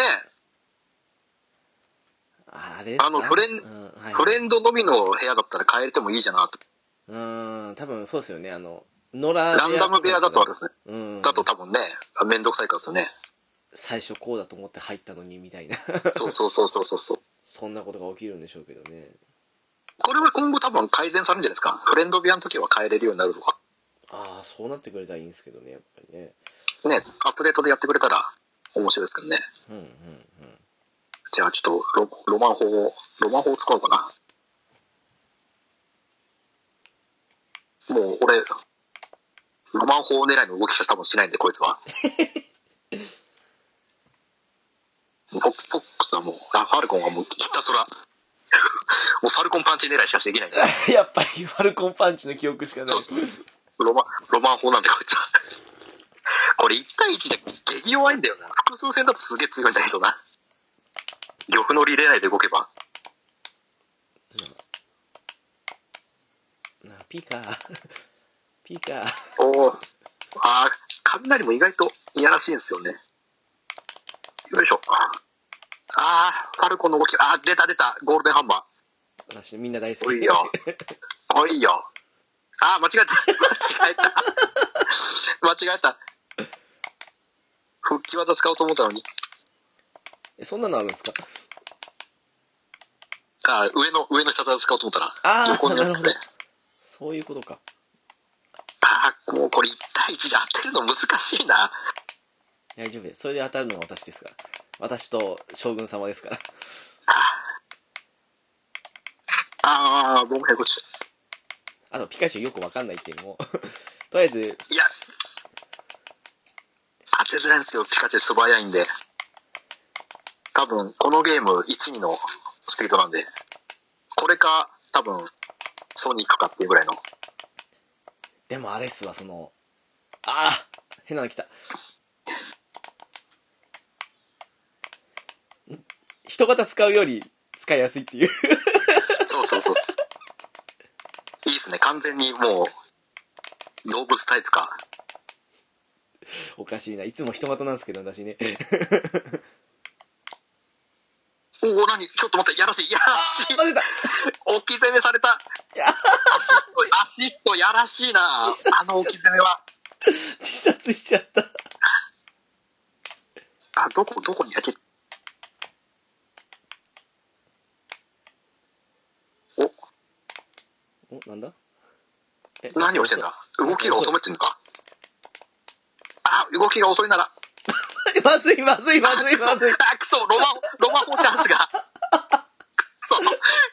ああれあのフレンうんはいはえ、いフレンドのみの部屋だったら変えてもいいじゃなと。うーん、多分そうですよね。あの、野良部屋ランダム部屋だとあれですね。うん。だと多分ね、めんどくさいからです (laughs) よね。最初こうだと思って入ったのにみたいな。 (laughs) そうそうそうそうそうそう。そんなことが起きるんでしょうけどね。これは今後多分改善されるんじゃないですか。フレンド部屋の時は変えれるようになるとか。ああ、そうなってくれたらいいんですけどね、やっぱりね。ね、アップデートでやってくれたら面白いですけどね。うんうんうん。じゃあちょっとロロマン法を、ロマン法を使おうかな。もう俺、ロマン法狙いの動きしか多分しないんで、こいつは。ポッポックスはもう、あファルコンはもうひたすら、も (laughs) うファルコンパンチ狙いしかできないんだ。 (laughs) やっぱりファルコンパンチの記憶しかない。そうロマン、ロマン法なんでこいつは。これ1対1で激弱いんだよな。複数戦だとすげえ強いんだけどな。玉乗り狙いで動けば。なピーカー。 (laughs) ピーカー。おーあー雷も意外といやらしいんですよね。よいしょ。あー、ファルコンの動き、あー、出た出た、ゴールデンハンマー。私、みんな大好おき。いよ。おいよ。あー、間違えた。 (laughs) 間違えた。間違えた。復帰技使おうと思ったのに。 (laughs) えそんなのあるんですかあー、上の、上の下技使おうと思ったら、あー横のやつなでる。そういうことか。あー、もうこれ1対1で当てるの難しいな。大丈夫です。それで当たるのは私ですから。私と将軍様ですから。あー、ボムヘゴチ。あと、ピカチュウよくわかんないっていうのも。 (laughs) とりあえず、いや、当てづらいんですよ、ピカチュウ素早いんで。多分、このゲーム1、2のスピードなんで、これか、多分、ソニックかっていうぐらいの。でもあれっすわ、その、ああ変なの来た。人型使うより使いやすいっていう。 (laughs) そうそうそう。いですね。完全にもう、動物タイプか。おかしいな。いつも人股なんですけど、私ね。おお、何ちょっと待って、やらしい、やら (laughs) しい。あ出た置き攻めされた。やアシスト、アシストやらしいな。あの置き攻めは。自殺しちゃった。あ、どこ、どこにやけ。お、お、なんだえ何をしてんだ動きが遅めってんですかあ、動きが遅いなら。まずいまずいまあ、ずくいそ、あまずい。くそ、ロマ、ロマホチャンスが。くそ、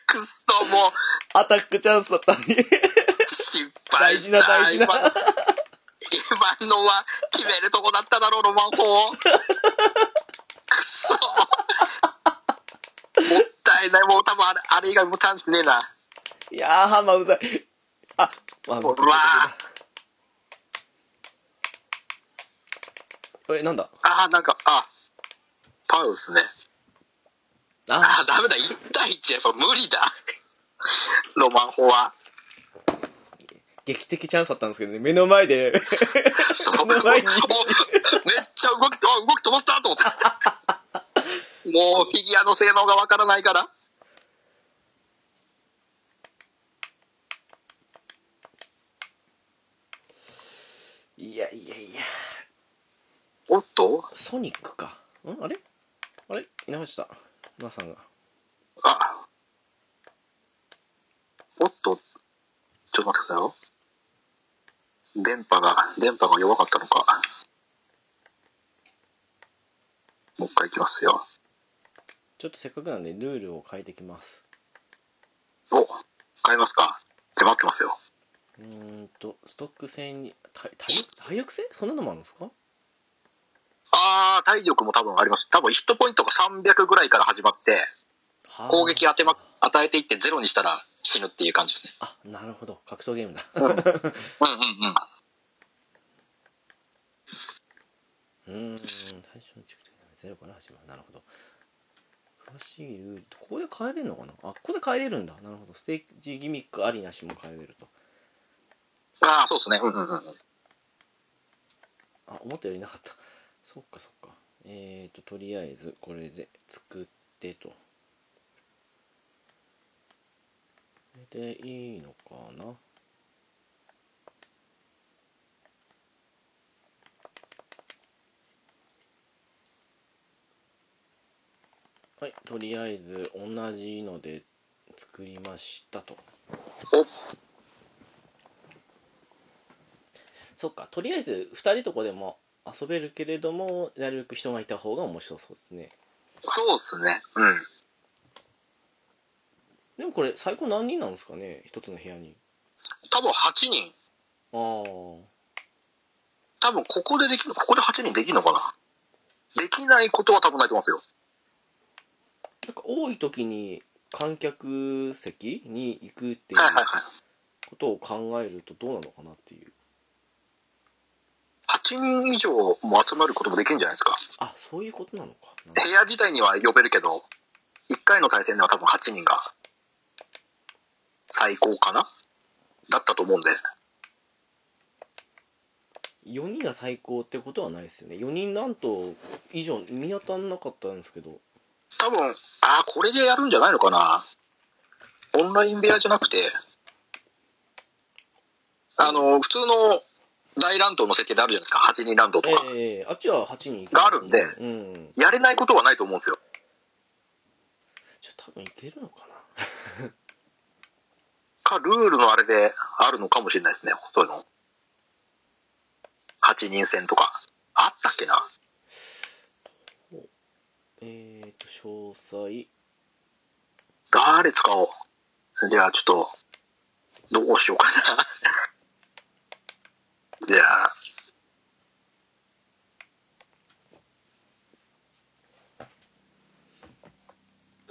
くそ、もう、アタックチャンスだったのに。失大敗し事た。な大事な。今今のは決めるとこだっただろう、ロマン砲。くそ。もったいない。もう多分あれ、あれ以外もターンしてねえな。いやー、ハンマーうざい。あ、まあ、うわえ、なんだああ、なんか、あ、パウですね。あ、ああ、ダメだ。1対1やっぱ無理だ。ロマン砲は。劇的チャンスだったんですけどね、目の前で、そう目の前に (laughs) おめっちゃ動き、あ、動き止まったと (laughs) 思った。もうフィギュアの性能がわからないから。いやいやいや、おっとソニックか。んあれあれい直した。なさんが。あおっと、ちょっと待ってくださいよ。電波が、電波が弱かったのか。もう一回いきますよ。ちょっとせっかくなんで、ルールを変えてきます。お、変えますか。じゃあ待ってますよ。うーんと、ストック戦に、体体力体力戦そんなのもあるんですかあー、体力も多分あります。多分ヒットポイントが300ぐらいから始まって、はー攻撃当てま、与えていってゼロにしたら死ぬっていう感じですね。あ、なるほど。格闘ゲームだ。うんうんううん。ーん、最初の地区的なゼロから始まる。なるほど。詳しいルール、ここで変えれるのかなあ、ここで変えれるんだ。なるほど。ステージギミックありなしも変えれると。あー、そうですね。うんうんうん。あ、思ったよりなかった。そっかそっか。えーと、とりあえず、これで作ってと。これでいいのかなはい、とりあえず同じので作りましたと。お、そっか、とりあえず2人とこでも遊べるけれども、なるべく人がいた方が面白そうですね。そうですね。うん。でもこれ、最高何人なんですかね、一つの部屋に。多分8人。あー多分ここでできるのここで8人できるのかなできないことは多分ないと思いますよ。なんか多い時に観客席に行くっていうはいはいはい。ことを考えるとどうなのかなっていう。 8人以上も集まることもできるんじゃないですか。あ、そういうことなのか。なる部屋自体には呼べるけど、1回の対戦では多分8人が最高かなだったと思うんで。 4人が最高ってことはないですよね。4人なんと以上見当たんなかったんですけど。多分、ああ、これでやるんじゃないのかなオンライン部屋じゃなくて、あの、普通の大乱闘の設定であるじゃないですか。8人乱闘とか。ええあっちは8人行があるんでうん。やれないことはないと思うんですよ。じゃあ多分いけるのかな。か、ルールのあれであるのかもしれないですね、そういうの。8人戦とか。あったっけなえーと、詳細。誰使おう。じゃあ、ちょっと、どうしようかな。 (laughs) じゃあ、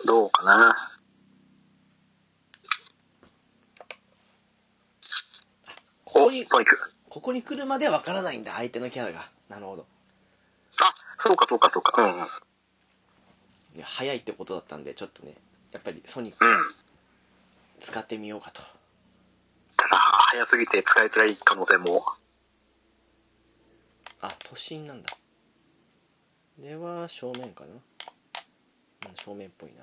どうかな。こお、こトニに、ック。ここに来るまではわからないんだ、相手のキャラが。なるほど。あ、そうかそうかそうか。うんうん。いや早いってことだったんで、ちょっとね、やっぱりソニックうん。使ってみようかと。使早すぎて使いづらい可能性も。あ都心なんだでは正面かな、うん、正面っぽいな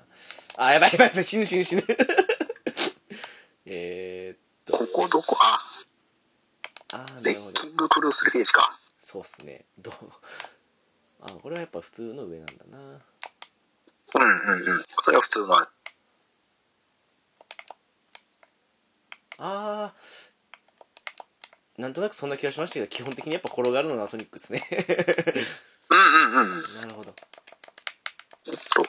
あやばいやばいやばい死ぬ死ぬ死 (laughs) ぬえーっことこどこあ、あーなでるほ、どキングクルースルゲージか。そうっすねどうあこれはやっぱ普通の上なんだなうんうんうん。それは普通のある。あーなんとなくそんな気がしましたけど基本的にやっぱ転がるのがソニックですね (laughs) うんうん (laughs) うん。なるほどえっと、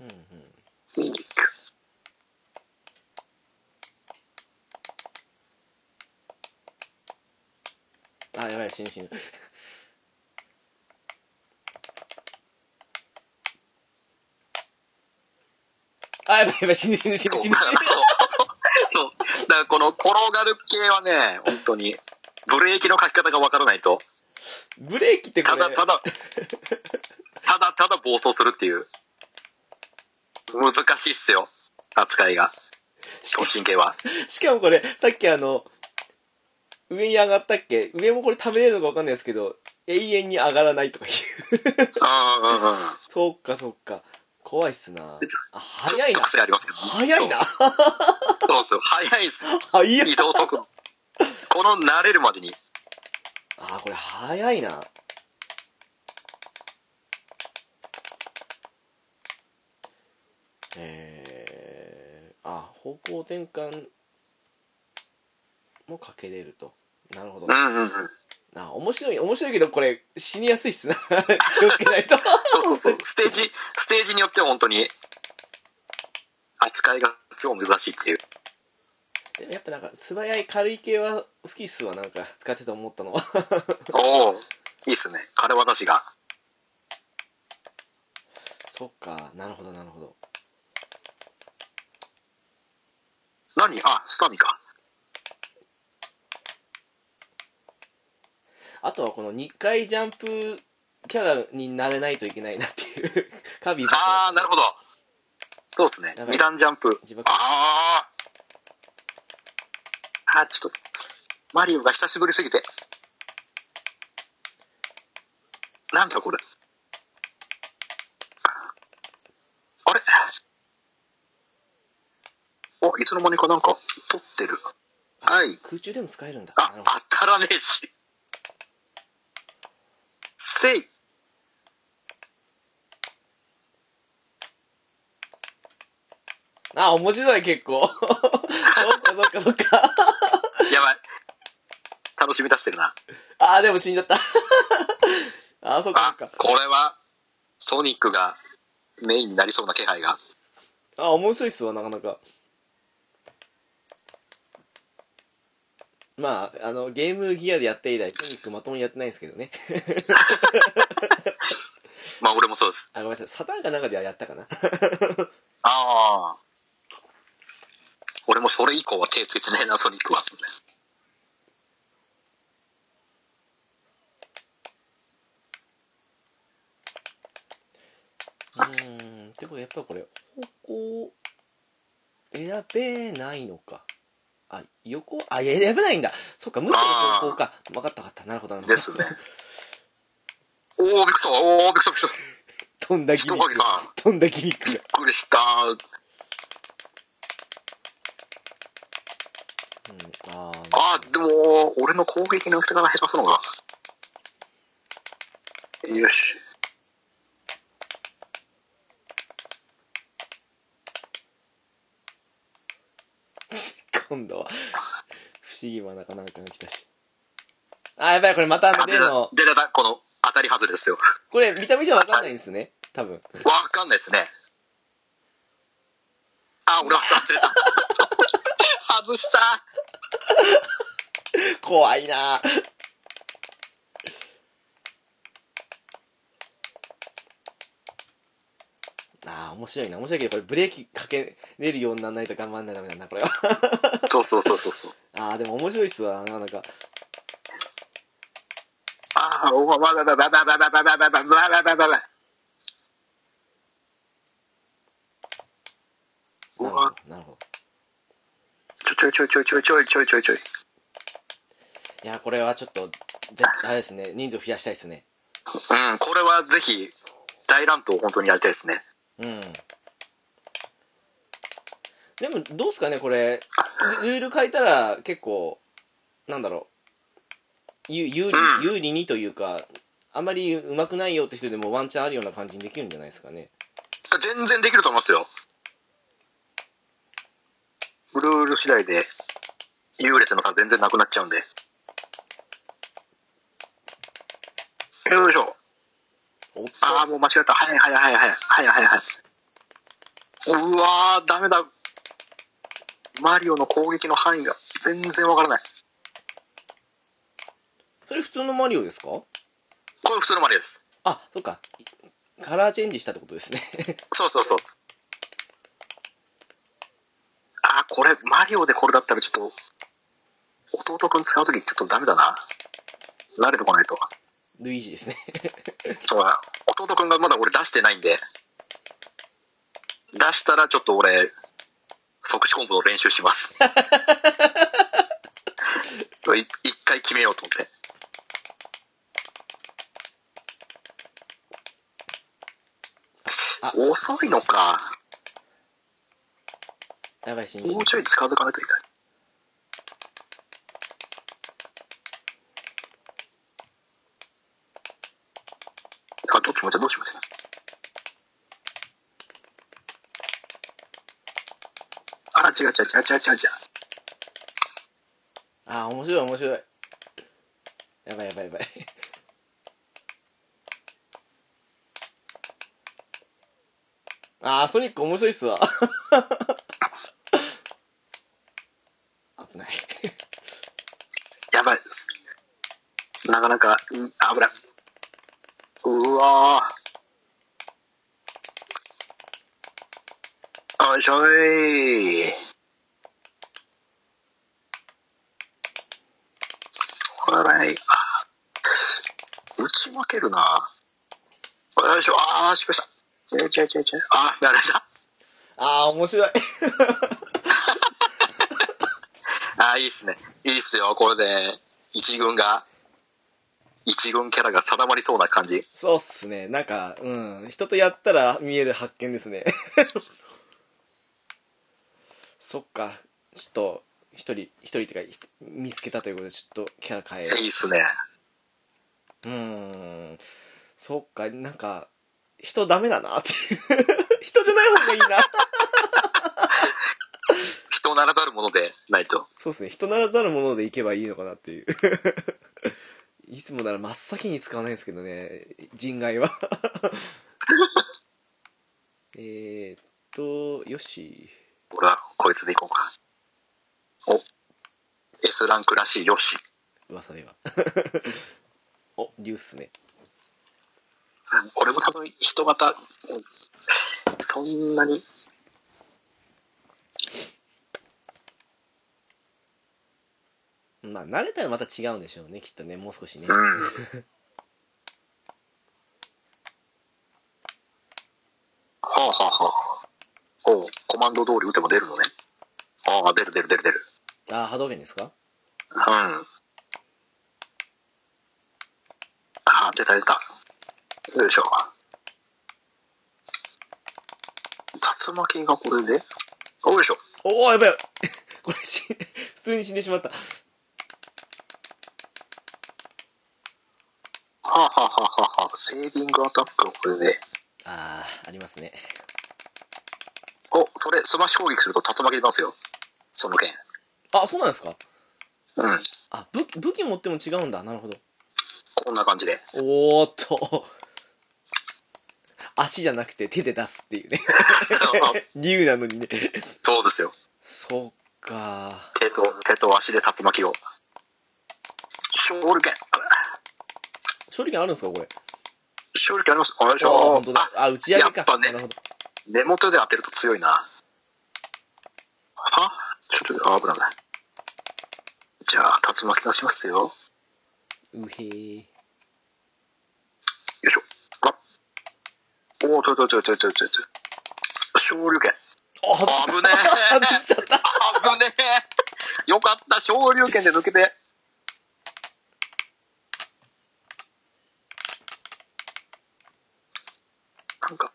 うんうん見に行く。あやばい死ぬ死ぬあやばいやばい死ぬ死ぬ死そぬう。死そうぬ。そう。だからこの転がる系はね、本当に、ブレーキの書き方がわからないと、ブレーキってこたれだただ、ただただ暴走するっていう。難しいっすよ、扱いが。し神経は。しかもこれさっきあの上に上がったっけ上もこれ食べれるのか分かんないですけど永遠に上がらないとかいう (laughs) うんうんうん。そっかそっか怖いっすなあちょ早いっとな癖ありますけど。早いなそう。そうですよ。早いっす。早い移動速度。この慣れるまでに。あーこれ早いなえー、あ方向転換もかけれるとなるほどうんうんうん。あ面白い面白いけどこれ死にやすいっすな (laughs) 気をつけないと (laughs) そうそうそう。ステージ、ステージによっては本当に、扱いがすごい難しいっていう。でもやっぱなんか素早い軽い系は好きっすわなんか使ってて思ったのは (laughs) おおいいっすね。彼は私が。そっかなるほどなるほど何あ、スタミか。あとはこの2回ジャンプキャラになれないといけないなっていう (laughs) カビーさんあー、なるほど。そうですねや。ばい二段ジャンプ自爆。あー。あー、ちょっと、マリオが久しぶりすぎて。なんだこれ。あれお、いつの間にかなんか、撮ってる。はい。空中でも使えるんだあなるほ、当たらねえし。せい。どあ面白い結構 (laughs) そっかそっかそっかやばい。楽しみ出してるな。あーでも死んじゃった (laughs) あーそっかそあっか、これは、ソニックがメインになりそうな気配が。あ面白いっすわなかなかまああのゲームギアでやって以来ソニックまともにやってないんですけどねまあ、俺もそうです。あごめんなさいサターンかなんかではやったかなああ。俺もそれ以降は手つけてねえな、ソニックは。うーんってことはやっぱりこれ方向を選べないのかあ横あいや選べないんだそっか無理の方向か分かった分かったなるほどなるほでどすね。おー、びっくりした。おー、びっくりした。飛んだギミ人ッ影クさ飛んだギミックん。びがっくりした。うんあーあー、でも、俺の攻撃の受け方が下手そうなのかな。よし。今度は不思議なかなんかが来たしあやばいこれまたあの例ので、で、だ、この、当たり外れですよ。これ見た目じゃ分かんないんですね多分わかんないですね。あ、俺は外れた。外した。怖いなぁ (laughs) ああ、面白いな、面白いけど、これブレーキかけれるようにならないと頑張んないとダメなんだな、これは。 (laughs) そうそうそうそうそう。ああ、でも面白いっすわ、なかなか。ああ、おわばばばばばばばばばばばばばばば。うなるほわ、どなるほどちょちょちょちょちょちょちょちょちょい。いやこれはちょっとであれですね人数増やしたいですねうん、これはぜひ、大乱闘を本当にやりたいですね。うんでもどうですかねこれルルール変えたら結構なんだろう有有利うん有利にというかあまり上手くないよって人でもワンチャンあるような感じにできるんじゃないですかね全然できると思いますよ。ルール次第で、優劣の差全然なくなっちゃうんで。よいしょ。おっとああ、もう間違えた。はいはいはいはい。はいはいはい。うわー、ダメだ。マリオの攻撃の範囲が全然わからない。それ普通のマリオですかこれ普通のマリオです。あそっかカラーチェンジしたってことですね (laughs) そうそうそう。あー、これ、マリオでこれだったらちょっと、弟くん使うときちょっとダメだな。慣れてこないと。ルイージですねそうだ。弟くんがまだ俺出してないんで、出したらちょっと俺、即死コンボの練習します。 (laughs) い一回決めようと思って。あ遅いのか。やばい新人もうちょい使うとかないといけない。あ、どっちもじゃあどうしますあ、違う違う違う違う違う違う。あー面白い面白いやばいやばいやばい (laughs) あーソニック面白いっすわ危ないやばいです。なかなか、うん危ない。うわぁ。よいしょい。ほらい。あ打ち負けるなよいしょ、ああ、失敗した。違う違う違う違う。ああ、慣れた。あー面白い (laughs) ああ、いいっすね。いいっすよ。これで、一軍が、一軍キャラが定まりそうな感じ。そうっすねなんかうん人とやったら見える発見ですね (laughs) そっかちょっと一人一人ってかひ見つけたということでちょっとキャラ変えよういいっすね。うーんそっか、なんか、人ダメだなっていう。 (laughs) 人じゃない方がいいな。人ならざるものでないと。そうですね、人ならざるものでいけばいいのかなっていう。 (laughs) いつもなら真っ先に使わないんですけどね、人外は。えーっと、よし。俺はこいつでいこうか。お、S ランクらしいよし。噂では。お、リュウっすね。俺も多分人型、うんそんなに。まあ、慣れたらまた違うんでしょうね、きっとね、もう少しねう。ん。はあはあはあ。おうコマンド通り打ても出るのね。ああ、出る出る出る出る。あー、波動拳ですかうん。ああ、出た出た。よいしょ。竜巻がこれでおよいしょ。おおやばい (laughs) これ死ん普通に死んでしまった。はあ、はあはあはあはあ、セービングアタックはこれで。あー、ありますね。お、それ、スマッシュ攻撃すると竜巻出ますよ。その剣。あ、そうなんですかうん。あ、武器、武器持っても違うんだ。なるほど。こんな感 (laughs) じで。おーっと。足じゃなくて手で出すっていうね。竜なのにね。そうですよ。そっか。手と、手と足で竜巻を。勝利剣。勝利権あるんですかこれ。勝利剣あります。およいしあーょ本。当だ。あ、打ち上げか。やっぱねなるほど。根元で当てると強いな。はちょっと、あ危ない。じゃあ、竜巻出しますよ。ようへー。いしょ。あおお、ちょいちょいちょいちょいちょいちょい。昇竜拳。あ外危ねえ外しちゃ (laughs) った危ねえよかった昇竜拳で抜けてなんか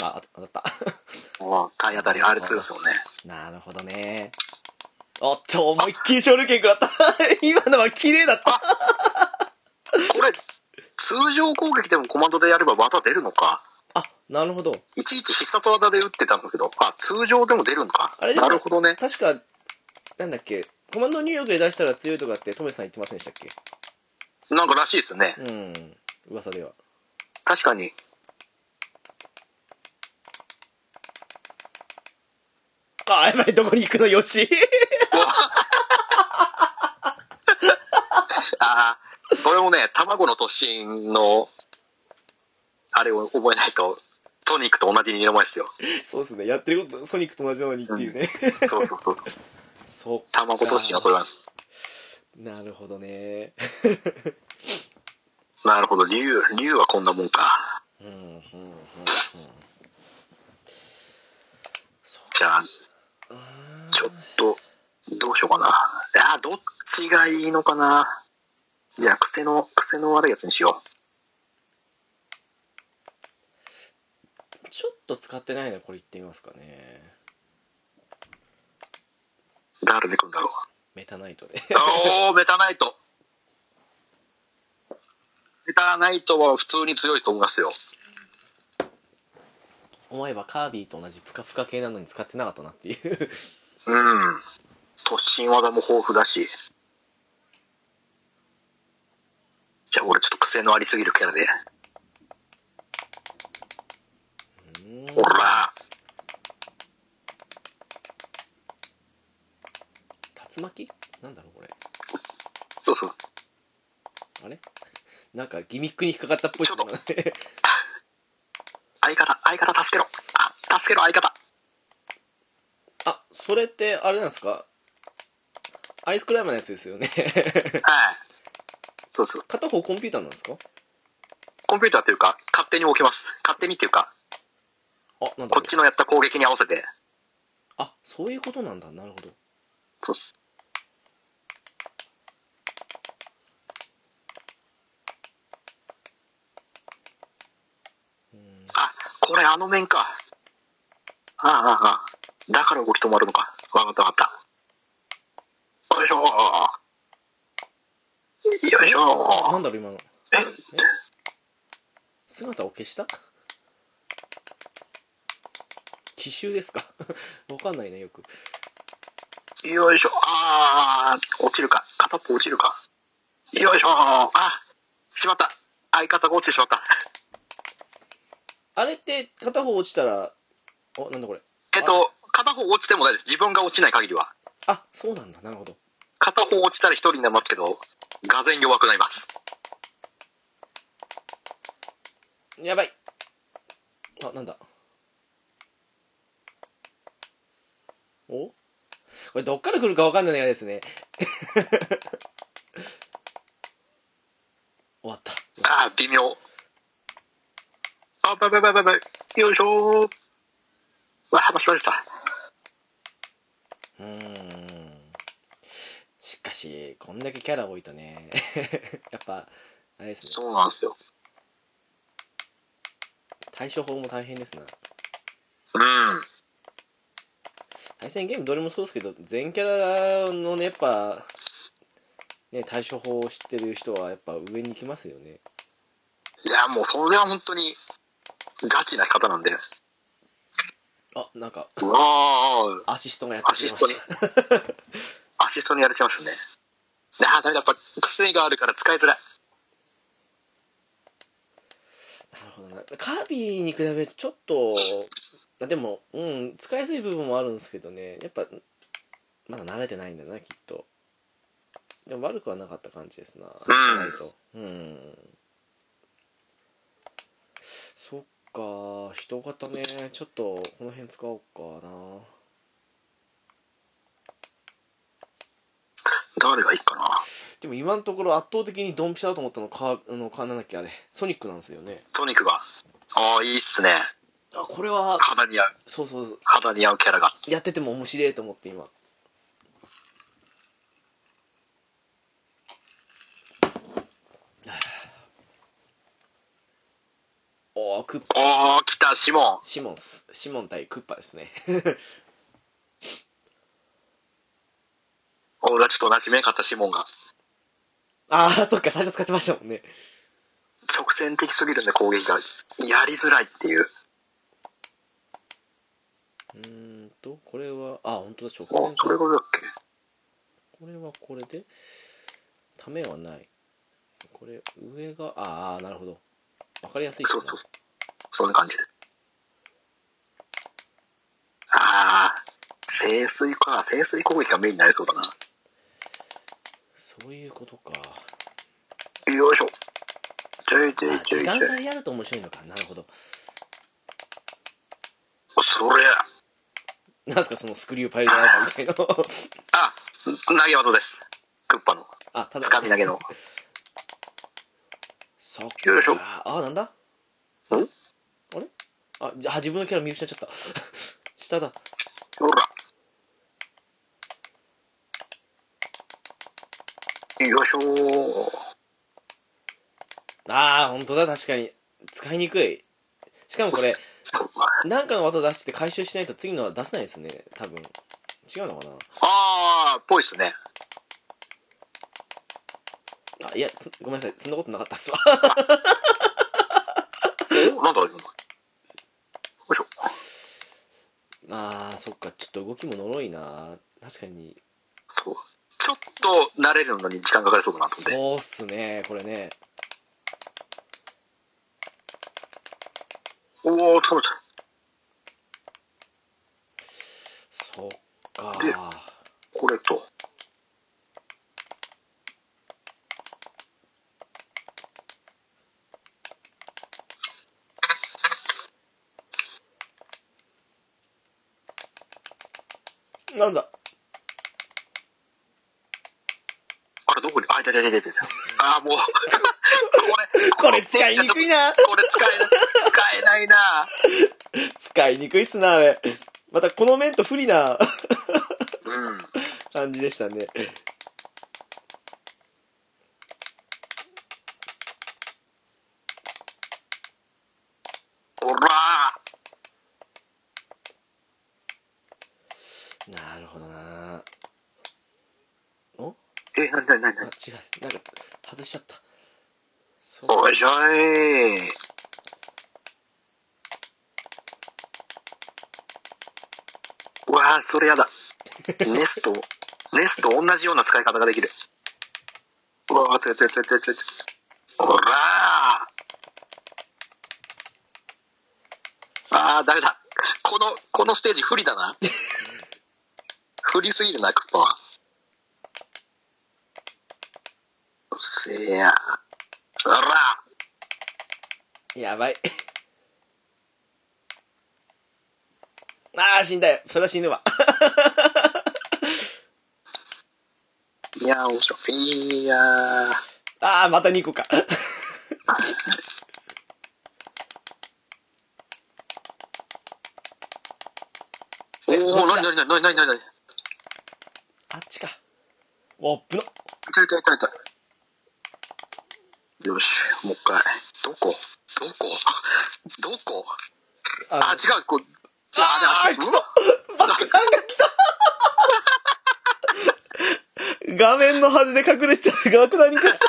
あ当たったあ体当たり R2 ですよねなるほどね。おっと、思いっきり勝利券食らった。 (laughs) 今のは綺麗だった。これ通常攻撃でもコマンドでやれば技出るのかあ、なるほど。いちいち必殺技で打ってたんだけどあ通常でも出るのかあれでもなるほどね確か、なんだっけ、コマンド入力で出したら強いとかって、トメさん言ってませんでしたっけなんからしいですねうん、噂では。確かにあ、やばい、どこに行くのよし。ああ、それもね、卵の突進の、あれを覚えないと、トニックと同じ二の前ですよ。 (laughs) そうですね、やってること、ソニックと同じようにっていうね。そうそうそうそう。 (laughs) そう。卵突進が取れます。なるほどね。なるほど、竜、竜はこんなもんか。うん、うん、うん、うん。そうじゃかあ、なちょっと、どうしようかな。ああ、どっちがいいのかな。じゃあ、癖の、癖の悪いやつにしよちょっと使ってないのこれ言ってみますかね。う。誰でくんだろう。メタナイトで。 (laughs) おー、メタナイト。メタナイトは普通に強いと思いますよ。思えばカービィと同じプカプカ系なのに使ってなかったな (laughs) っていううん。突進技も豊富だし。じゃあ俺ちょっと癖のありすぎるキャラで。ほら竜巻なんだろうこれそうそう。あれなんかギミックに引っかかったっぽい (laughs) ちょっと今ね相方、相方助けろあ、助けろ相 (laughs) 方あそれってあれなんですかアイスクライマーのやつですよ (laughs) ねはい。そうそう。片方コンピューターなんですかコンピューターというか、勝手に置きます。勝手にっていうか、あなんだころっうちのやった攻撃に合わせて。あそういうことなんだなるほどそうっす。うんあ、これあの面か。ああ、ああ、ああ。だから動き止まるのか。わかったわかった。よいしょー。よいしょーなんだろう今のえ姿を消した奇襲ですか (laughs) わかんないねよくよいしょ、あー、落ちるか。片っぽ落ちるか。よいしょー、あ、しまった。相方が落ちてしまった。あれって片方落ちたらあなんだこれえっと、片方落ちても大丈夫。自分が落ちない限りは。あそうなんだなるほど片方落ちたら一人になりますけど、がぜん弱くなります。やばいあなんだおこれどっから来るかわかんないやつですね (laughs) 終わったあー、微妙。あ、ばいばいばいばいばい。よいしょー。わ、話しました。うーんしかしこんだけキャラ多いとね (laughs) やっぱあれですねそうなんですよ。対処法も大変ですなうん。対戦ゲームどれもそうですけど全キャラのねやっぱね対処法を知ってる人はやっぱ上に行きますよねいや、もうそれは本当に、ガチな方なんで。あなんかうわー。アシストがやっアてシきスまトにした、アシストにやれちゃいましたね。ああ、ダメだ、やっぱ癖があるから使いづらい。なるほどなカービィに比べるとちょっとあでもうん使いやすい部分もあるんですけどねやっぱまだ慣れてないんだなきっとでも悪くはなかった感じですな意外とうんそっか人型ねちょっとこの辺使おうかな誰がいいかな。でも今のところ圧倒的にドンピシャだと思ったのか、あの、かなんだっけあれ、ソニックなんですよね。トニックが。ああ、いいっすね。あ、これは、肌に合う、そうそうそう、肌に合うキャラが。やってても面白いと思って今。 (sighs) おー、クッパ、おー、来た、シモン。シモンス、シモン対クッパですね。 (laughs) お俺はちょっと同じ目買ったシモンが。あー、そっか、最初使ってましたもんね。直線的すぎるんで、攻撃が。やりづらいっていう。うーんと、これは、あ、本当だ、直お線それここそだっけれはこれで、ためはない。これ、上が、ああ、なるほど。わかりやすいかそなうそう。そんな感じで。ああ、清水か。清水攻撃がメインになりそうだな。そういうことか。よいしょ。ちょいちょいあちょ時いちょ間い。差やると面白いのか。なるほど。それなんすか、そのスクリューパイルドライバーみたいな。 (laughs) あ、投げ技です。クッパの。あ、ただ、掴み投げの。そっよいしょか。あ、なんだんあれあ、じゃあ、自分のキャラ見失っちゃった。 (laughs) 下だ。ほら。よいしょー。ああ、本当だ、確かに。使いにくい。しかもこれ、そうなんかの技出してて回収しないと次のは出せないですね、多分。違うのかあー、ぽいっすね。なあ、いや、すごめんなさい、そんなことなかったっすわ。 (laughs) おなんだ今のよいしょ。あー、そっか、ちょっと動きも呪いな確かに。そう。ちょっと慣れるのに時間かかりそうだなと思って。そうっすね、これね。おおー、そうちそっか。これと。なんだあれ、どこにあ、いたいたいたいたいた。あ (laughs) ー、もう。これ、これ使いにくいなこれ使え、使えないな使いにくいっすな、あれ。またこの面と不利な (laughs) うん。感じでしたね。ほらなるほどなおーえ、なになになにあ、な違にう。なんか、外しちゃった。そうおいしょい。うわあ、それやだ。ネスト、ネスと同じような使い方ができる。うわあ、つやつやつやつやつやつ。ほらーああ、ダメだ。この、このステージ不利だな。不利すぎるな、クッパは。せや。ほらやばい。ああ、死んだよ。それは死ぬわ。 (laughs) いやー、面白い。いやー。ああ、また2個か。おどっお、ちなだになになになになになになにあっちか。おっぶの。痛い痛い痛い痛い。よし、もう一回。どこ (laughs) どこどこああ、違う、こう、違う、ああれ、ー足、う来わた爆弾が来た画面の端で隠れちゃう爆弾に来た。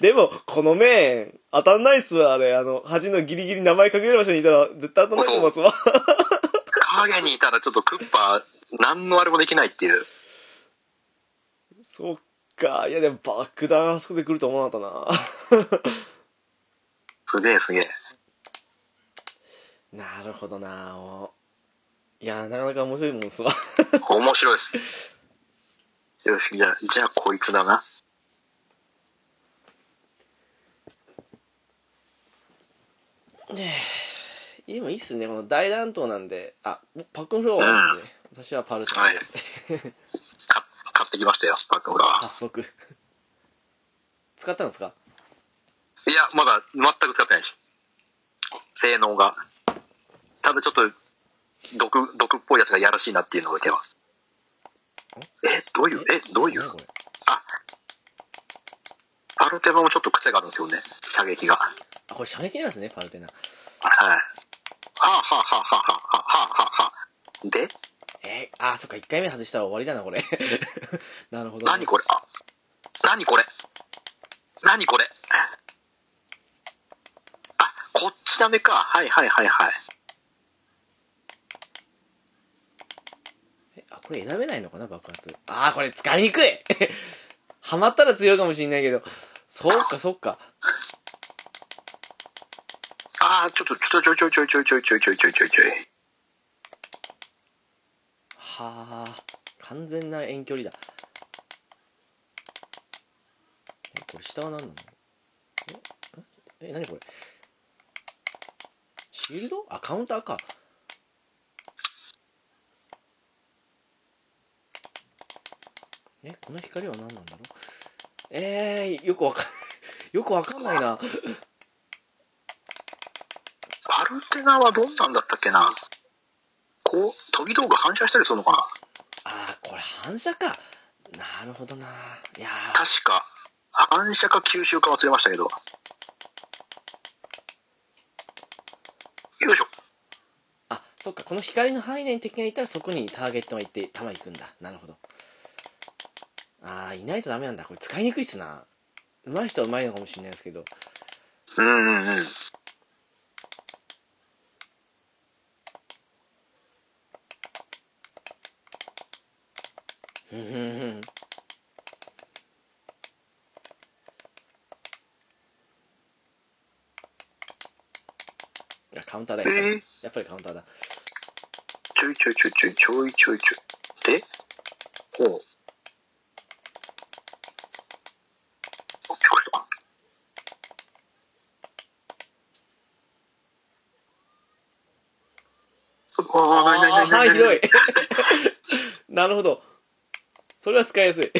でも、この面、当たんないっすわ、あれ。あの、端のギリギリ名前隠れる場所にいたら、絶対当たんないと思いますわ。影にいたらちょっとクッパ、何のあれもできないっていう。そっか。いや、でも爆弾あそこで来ると思わなかったすげえすげえ。 (laughs) な。なるほどなおいや、なかなか面白いもんですわ。面白いっす。よし、じゃあ、じゃあこいつだな。ねえ、今いいっすね。この大乱闘なんで、あ、パックンフロアですね。私はパルトはナいで。か (laughs) 買ってきましたよ、スパーク、俺は早。速。使ったんですかいや、まだ全く使ってないです。性能が。ただちょっと、毒、毒っぽいやつがやらしいなっていうのだけは。え、どういう、え、どういう何これあ、パルテナもちょっと癖があるんですよね。射撃が。あ、これ射撃なんですね、パルテナ。はい。はあ、はあはあはあはあはあはあはあ。で、えー、あ、そっか、1回目外したら終わりだな、これ。 (laughs) なるほど、何これあ、何これ何これあ、こっちダメか。はいはいはいはい。えあ、これ選べないのかな、爆発。あー、これ使いに (laughs) くいハマったら強いかもしんないけど。そうか、そうか。ああ、ちょっと、ちょっと、ちょいちょいちょいちょいちょいちょいちょいちょいちょい。はあ、完全な遠距離だ。えこれ下は何なのえ、んえ、何これシールドあ、カウンターか。え、この光は何なんだろうえー、よくわかん、よくわかんないな。パルテナはどんなんだったっけなこう、飛び道具反射したりするのかなあー、これ反射か。なるほどな。いやー。確か、反射か吸収か忘れましたけど。よいしょ。あ、そっか、この光の範囲内に敵がいたらそこにターゲットが行って弾行くんだ。なるほど。あー、いないとダメなんだ。これ使いにくいっすな。上手い人は上手いのかもしれないですけど。うんうんうん。ふんふんふんあカウンターだえよ。ー、やっぱりカウンターだ。ちょいちょいちょいちょいちょいちょいちょい。で、ほう。びっくりした。あーあー、はい、ひど。ないないないないい。 (laughs) なるほど。それは使いやすい。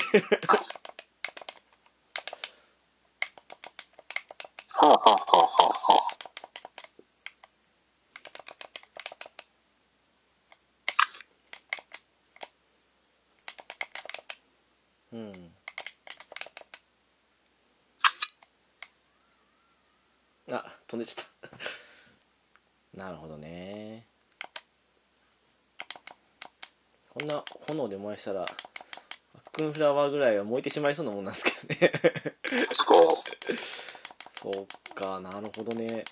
はあはあはあはあはあ。うん。あ、飛んでっちゃった。な (laughs) るほどね。こんな炎で燃やしたら、アックンフラワーぐらいは燃えてしまいそうなもんなんですけどね。 (laughs) そう。そうか、なるほどね。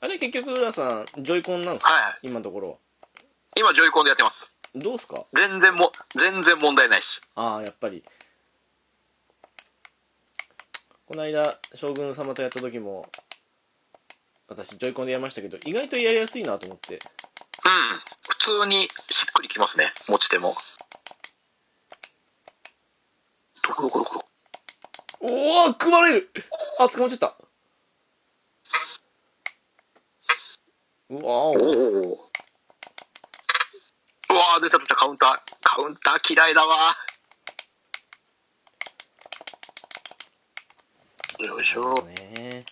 あれ、結局、浦さん、ジョイコンなんですかはい。今のところは。今、ジョイコンでやってます。どうすか全然も、全然問題ないし。ああやっぱりこの間将軍様とやった時も私ジョイコンでやりましたけど意外とやりやすいなと思ってうん。普通にしっくりきますね。持ち手も。どこどこどこおお組まれるあ捕まっちゃったうわどこおーおおお。うわー出た出た、カウンター。カウンター嫌いだわよいしょ。ね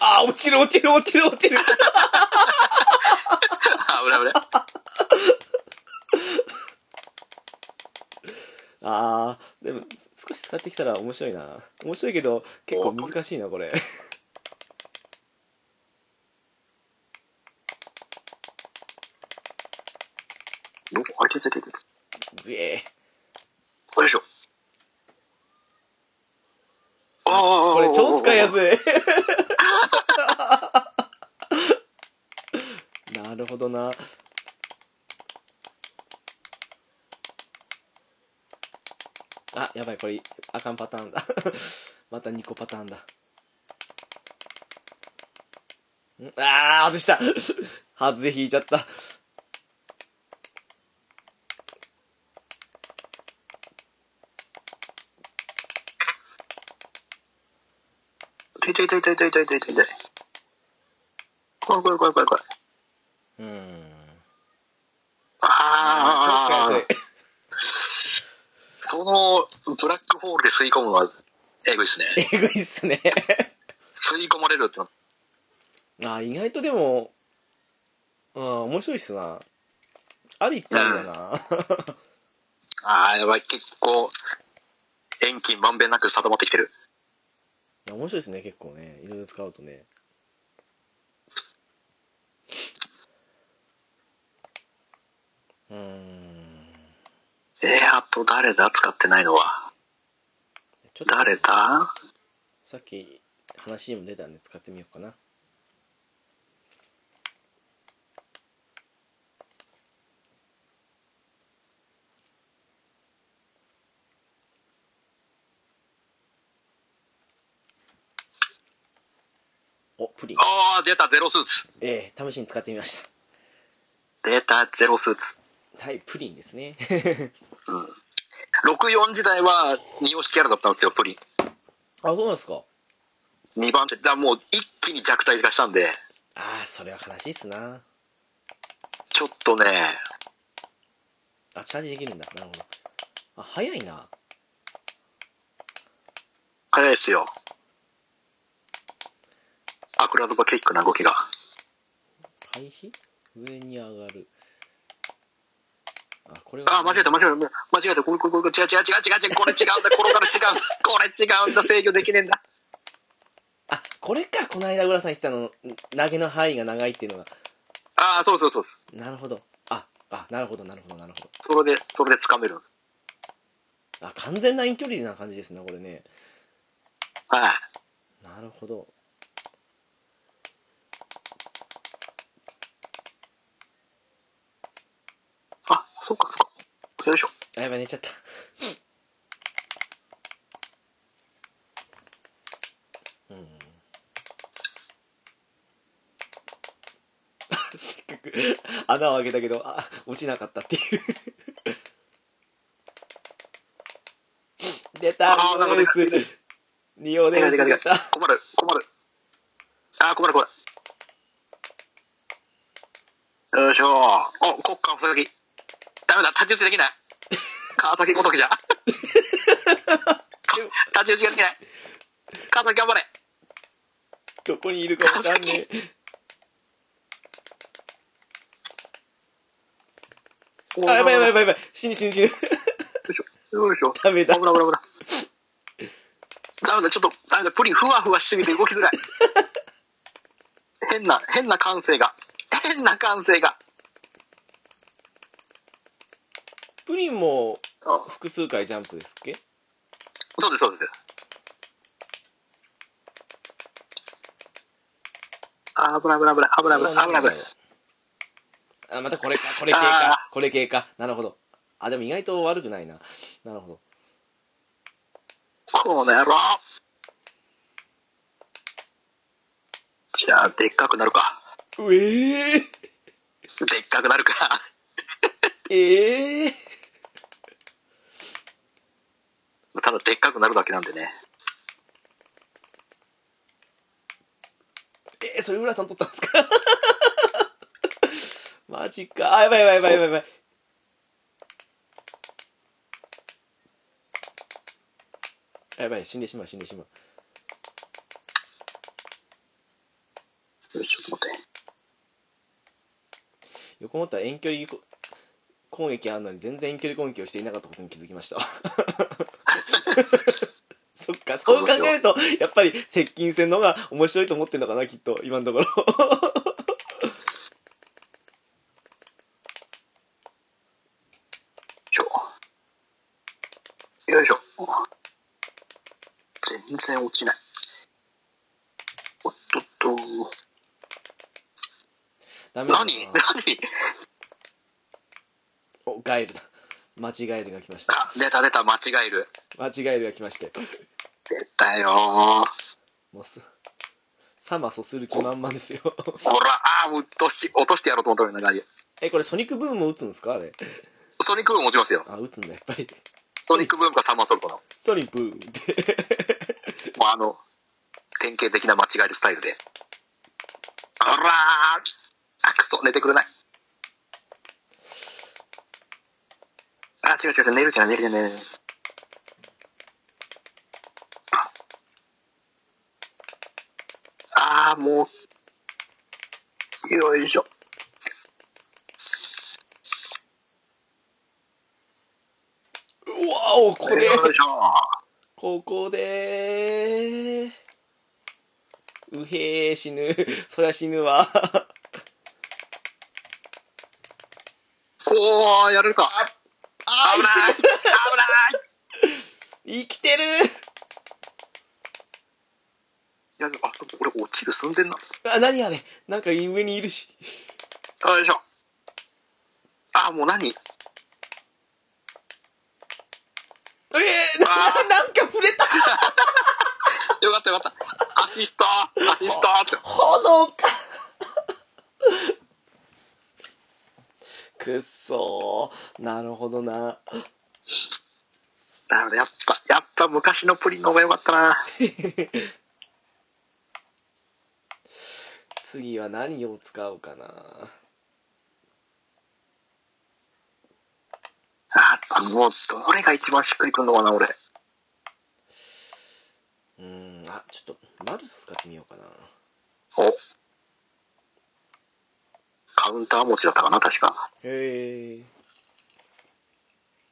あー落ちる落ちる落ちる落ちるあ、危ない危ない。あーでも少し使ってきたら面白いな面白いけど結構難しいなこれどこあ、いてててて。ぐえよいしょ。ああ、これ超使いやい。すいなるほどなあやばいこれあかんパターンだ (laughs) また2個パターンだんあー外した (laughs) 外れ引いちゃった痛い痛い痛い痛い痛い痛い痛い痛い痛い。怖い怖い怖い怖い怖い。うーんあちょっとやあ、ついそのブラックホールで吸い込むのはえぐいですね。えぐいっすね吸い込まれるっての (laughs) あー意外とでもうん面白いっすなありっちゃありだな (laughs) ああ、やばい、結構、遠近まんべんなく定まってきてる。いや面白いですね結構ねいろいろ使うとねうーんえー、あと誰だ使ってないのは。ちょっと誰ださっき話にも出たんで使ってみようかなおプリンああ、出た、ゼロスーツ。ええ試しに使ってみました出た、ゼロスーツ。はいプリンですね64時代は、二押しキャラだったんですよ、プリン。 (laughs) あそうなんですか2番手。だからもう、一気に弱体化したんで、ああそれは悲しいっすなちょっとね、あチャージできるんだなるほどあ早いな早いですよ。アクラドバキックな動きが。回避上に上がるあこれはあ、間違えた、間違えた、間違えた、これ、これ、これ、違う、違う、違う、違う、違う、これ違うんだ、転がる、違うんだ、これ違うんだ、制御できねえんだ。あこれかこの間浦さん言ってたの投げの範囲が長いっていうのがああ、そうそうそう。なるほどああなるほどなるほどなるほどそれで、それで掴めるんです。あ完全な遠距離な感じですねこれねはい。なるほどあ、そっか、そっか。よいしょ。あやばい寝ちゃったうんあせっかく穴を開けたけどあ落ちなかったっていう出たあーリオネウスリオネウス出でか (laughs) た困る、困る。あー、困る、困る。よいしょ。お、国家川崎。ダメだ、立ち打ちできない。川崎ごと (laughs) きじゃ。でも立ち打ちができない。川崎頑張れ。どこにいるかわかんねえあやばいやばいやばいやばい死ぬ死ぬ死ぬよいしょ。ダメだ危ない危ない危ない。ダメだ、ちょっと、ダメだ、プリンふわふわしすぎて動 (laughs) きづらい。変な、変な感性が。変な感性が。プリンもあ複数回ジャンプですっけそうです、そうです。あ、危ない危ない危ない危ない危ない危ない危ない。あ、またこれか、これ系か、これ系か。なるほど。あ、でも意外と悪くないな。なるほど。この野郎じゃあ、でっかくなるか。うえー、でっかくな (laughs) るか。えー、ただでっかくなるだけなんでね。えー、それ浦さん取ったんですか (laughs) マジか。あ、やばいやばいやばいやばいやばい。あやばい、死んでしまう、死んでしまう。よいしょちょっと待って。横もったら遠距離こ攻撃あるのに全然遠距離攻撃をしていなかったことに気づきました (laughs) そっかそう考えるとやっぱり接近戦の方が面白いと思ってんのかなきっと今のところ (laughs) よいしょ。よいしょ。全然落ちない。おっとっと。ダメだな何 (laughs) 何おガエルだ間違えるが来ましたあ、出た出た、間違える。間違えるが来まして出たよー。ほもうすサマソする気満々ですよ (laughs) ら、あー、もう落とし、落としてやろうと思ったような感じ。えこれソニックブームも打つんですかあれソニックブーム落ちますよ。あ打つんだやっぱりソニックブームかサマーソルトの。もうソニックブームってあの、典型的な間違えるスタイルで。あらーあ、くそ、寝てくれない。あ、違う違う違う、寝るじゃん、寝るじゃん、寝るじゃん。ああー、もう。よいしょ。うわおここでよいしょ。ここでうへー死ぬ (laughs) そりゃ死ぬわ (laughs) おー、やれるか。あ危ない危ない生きてるいや、あ、そう俺落ちる寸前な。あ何あれなんか上にいるしあよいしょ。あ、もう何えー、 (laughs) ななんか触れたよかったよかった。アシストアシストって。炎か (laughs) くっそーなるほどな (laughs) だよね、やっぱ、やっぱ昔のプリンの方がよかったな。次は何を使うかなあー、もう、どれが一番しっくりくるのかな、俺。うーんあちょっとマルス使ってみようかなお。カウンター持ちだったかな、確か。へえ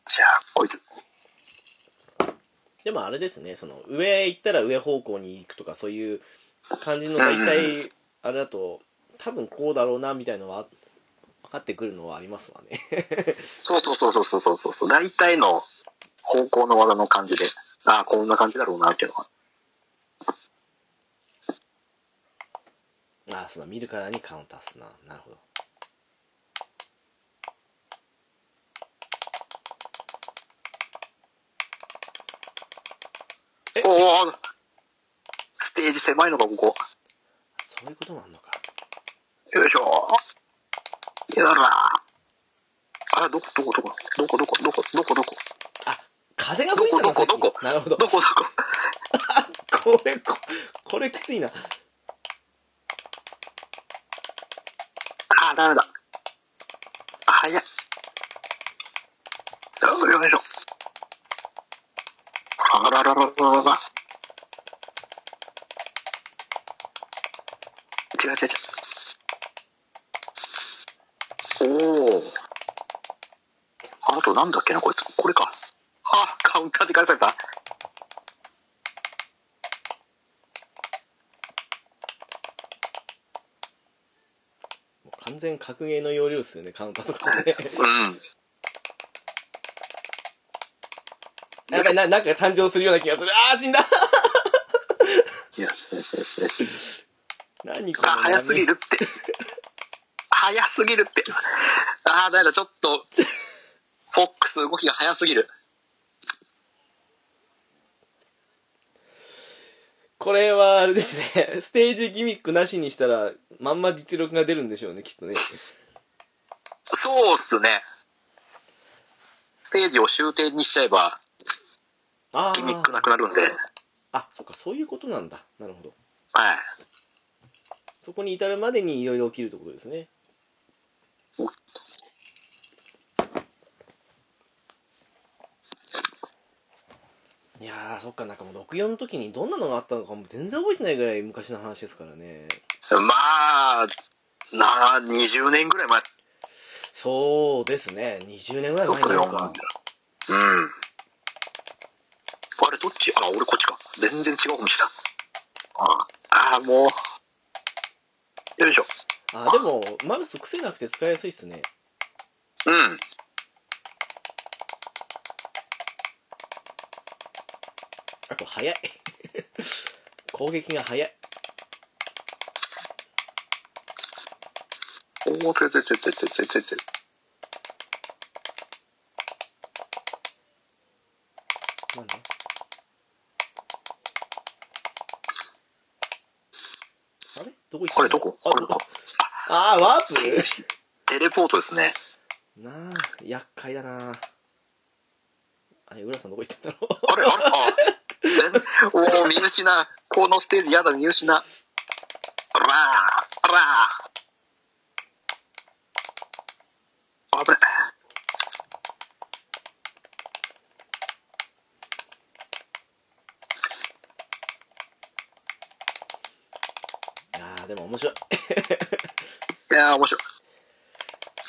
じゃあ、こいつ。でもあれですねその上行ったら上方向に行くとかそういう感じの大体あれだと多分こうだろうなみたいのは分かってくるのはありますわね (laughs) そうそうそうそうそうそうそう。大体の方向の技の感じで、ああ、こんな感じだろうな、っていうのが。ああそうだ見るからにカウンターっすななるほどえおおステージ狭いのか、ここ。そういうこともあんのかよいしょ。やだな。あ、どこ、どこ、どこ、どこ、どこ、どこ、どこ、どこ、あ風が吹いたどこどこどこなるほどどこ、どこ。これここれきついなあ、ダメだ。あ早い。よいしょ。あらららららら。違う違う違う。おお。あとなんだっけな、こいつ。これか。あ、カウンターで返された。もう完全格ゲーの要領っすよねカウンターとか (laughs) ねうん。なんかななんか誕生するような気がするああ死んだいや、よしよしよし。何こあれ、早すぎるって。早すぎるって。ああ、だからちょっと、フォックス動きが早すぎる。これはあれですね (laughs) ステージギミックなしにしたらまんま実力が出るんでしょうねきっとねそうっすね。ステージを終点にしちゃえば、あギミックあなくなるんで。はい。あそっかそういうことなんだなるほどそこに至るまでにいろいろ起きるってことですねいやーそっかなんかもう64の時にどんなのがあったのかも全然覚えてないぐらい昔の話ですからねまあ、なあ、20年ぐらい前。そうですね20年ぐらい前こなれのはかうん。あれ、どっちあ、俺こっちか。全然違うかもしれない。あああ、もう。よいしょ。あでもマウス癖なくて使いやすいっすねうん。あと早い (laughs) 攻撃が早いおお、てててててててて。なんだあれどこ行ったんこだれどこあこれどこあーワープテレポートですね。 (laughs) なあ厄介だなあ (laughs) あれ浦さんどこ行ったんだろうあれあれあ全おお、見失う。このステージやだ、見失う。あらー、あらー。危ない。あーでも面白いいやー、面白い。